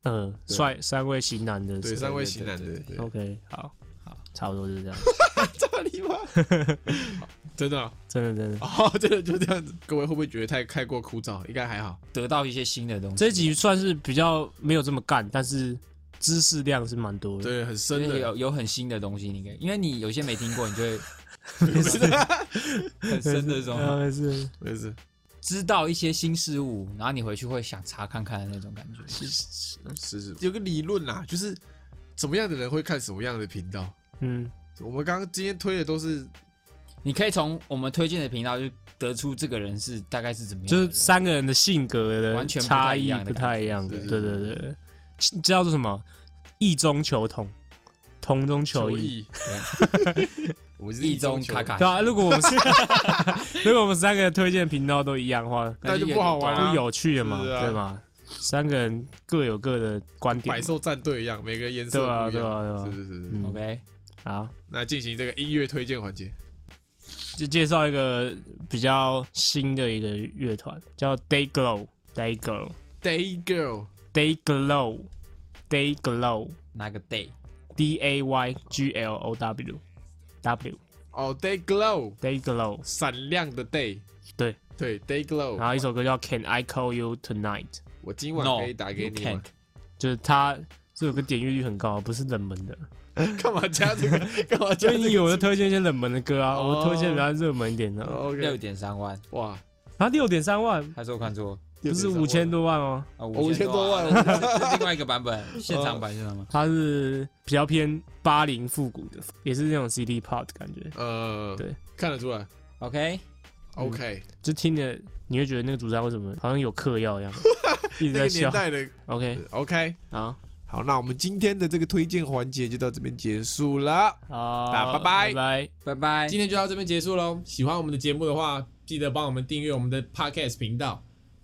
[SPEAKER 3] 嗯，
[SPEAKER 2] 对
[SPEAKER 3] 帅三位型男的
[SPEAKER 2] 对，三位型男
[SPEAKER 4] 对
[SPEAKER 2] 的
[SPEAKER 4] 对，
[SPEAKER 2] 对，
[SPEAKER 3] OK，好，好，差不多就是这样。
[SPEAKER 2] *laughs*
[SPEAKER 3] *laughs*
[SPEAKER 2] 这里吗？ *laughs* 真的啊，
[SPEAKER 3] 真的真的，
[SPEAKER 2] 哦，真的就这样子。各位会不会觉得太太过枯燥？应该还好。
[SPEAKER 4] 得到一些新的东西。
[SPEAKER 3] 这一集算是比较没有这么干，但是知识量是蛮多的。
[SPEAKER 2] 对，很
[SPEAKER 4] 真
[SPEAKER 2] 深
[SPEAKER 4] 的
[SPEAKER 2] *laughs* 的。
[SPEAKER 4] 有有很新的东西，你可以，因为你有些没听过，你就会 *laughs* 很深的这种
[SPEAKER 3] 呃，是
[SPEAKER 2] *laughs* 没事，
[SPEAKER 4] 知道一些新事物，然后你回去会想查看看的那种感觉。
[SPEAKER 2] 是是，有个理论啦，就是怎么样的人会看什么样的频道。
[SPEAKER 3] 嗯，
[SPEAKER 2] 我们刚刚今天推的都是
[SPEAKER 4] 你可以从我们推荐的频道就得出这个人是大概是怎么样的
[SPEAKER 3] *laughs* 就
[SPEAKER 4] 人，
[SPEAKER 3] 是三个人的性格的
[SPEAKER 4] 完全不
[SPEAKER 3] 差
[SPEAKER 4] 太一
[SPEAKER 3] 异
[SPEAKER 4] 样的
[SPEAKER 3] 不太一样的，
[SPEAKER 2] 感觉
[SPEAKER 3] 对对对对，这叫做什么？异中求同，同中求异。
[SPEAKER 2] 意， *laughs* 我是
[SPEAKER 4] 一中卡
[SPEAKER 2] 卡卡，
[SPEAKER 4] 卡
[SPEAKER 3] 对，啊，如果我们是， *laughs* 如果我们三个推荐频道都一样的话，
[SPEAKER 2] 那就不好玩啊
[SPEAKER 3] 不有趣了嘛，
[SPEAKER 2] 是啊
[SPEAKER 3] 对吗？三个人各有各的观点
[SPEAKER 2] 百
[SPEAKER 3] 嘛，
[SPEAKER 2] 兽战队一样，每个颜色
[SPEAKER 3] 对啊
[SPEAKER 2] 不一样
[SPEAKER 3] 对啊对啊
[SPEAKER 2] 是是是是。
[SPEAKER 3] 嗯，
[SPEAKER 4] OK，
[SPEAKER 3] 好，
[SPEAKER 2] 那进行这个音乐推荐环节，
[SPEAKER 3] 就介绍一个比较新的一个乐团，叫 Day Glow，Day Glow，Day
[SPEAKER 2] Day Girl，
[SPEAKER 3] Glow，Day Glow，D
[SPEAKER 4] 拿个 day
[SPEAKER 3] A Y G L O W W
[SPEAKER 2] 哦，Day Glow，
[SPEAKER 3] Day Glow，
[SPEAKER 2] 闪亮的 Day，
[SPEAKER 3] 对啊
[SPEAKER 2] 对，Day
[SPEAKER 3] 然
[SPEAKER 2] Glow，
[SPEAKER 3] 后一首歌叫 Can I Call You Tonight，
[SPEAKER 2] 我今晚
[SPEAKER 4] no，
[SPEAKER 2] 可以打给
[SPEAKER 4] you
[SPEAKER 2] 你吗
[SPEAKER 4] can't？
[SPEAKER 3] 就是它这首歌点阅率很高，不是冷门的。
[SPEAKER 2] 干嘛加这
[SPEAKER 3] *laughs*
[SPEAKER 2] 个？干嘛加
[SPEAKER 3] 就
[SPEAKER 2] 这
[SPEAKER 3] 你
[SPEAKER 2] 个？
[SPEAKER 3] 以为我在推荐一些冷门的歌啊，
[SPEAKER 2] 哦
[SPEAKER 3] 我推荐比较热门一点的、啊。
[SPEAKER 4] 六
[SPEAKER 2] OK，
[SPEAKER 4] 点三万，
[SPEAKER 2] 哇，
[SPEAKER 3] 然后六点三万，
[SPEAKER 4] 他说看错
[SPEAKER 3] 不是五千多万哦，
[SPEAKER 4] 啊，
[SPEAKER 2] 5000多
[SPEAKER 4] 多
[SPEAKER 2] 万
[SPEAKER 4] 万，嗯这 *laughs* 是另外一个版本，现场版现场版，
[SPEAKER 3] 它是比较偏八零复古的，也是那种 CD pop 的感觉，
[SPEAKER 2] 呃，
[SPEAKER 3] 对，嗯
[SPEAKER 2] 看得出来
[SPEAKER 4] OK，
[SPEAKER 2] ，OK，
[SPEAKER 3] 就听着你会觉得那个主唱为什么好像有嗑药
[SPEAKER 2] *laughs*
[SPEAKER 3] 一样，一直
[SPEAKER 2] 那个
[SPEAKER 3] 在
[SPEAKER 2] 年
[SPEAKER 3] 笑。
[SPEAKER 2] 代的
[SPEAKER 3] OK，
[SPEAKER 2] OK。
[SPEAKER 3] 好，
[SPEAKER 2] 好，那我们今天的这个推荐环节就到这边结束了。
[SPEAKER 3] 好，
[SPEAKER 2] 拜拜
[SPEAKER 3] 拜拜。
[SPEAKER 4] 拜
[SPEAKER 3] 哎
[SPEAKER 4] 拜
[SPEAKER 1] 今。天就到这边结束喽。喜欢我们的节目的话，记得帮我们订阅我们的 Podcast 频道，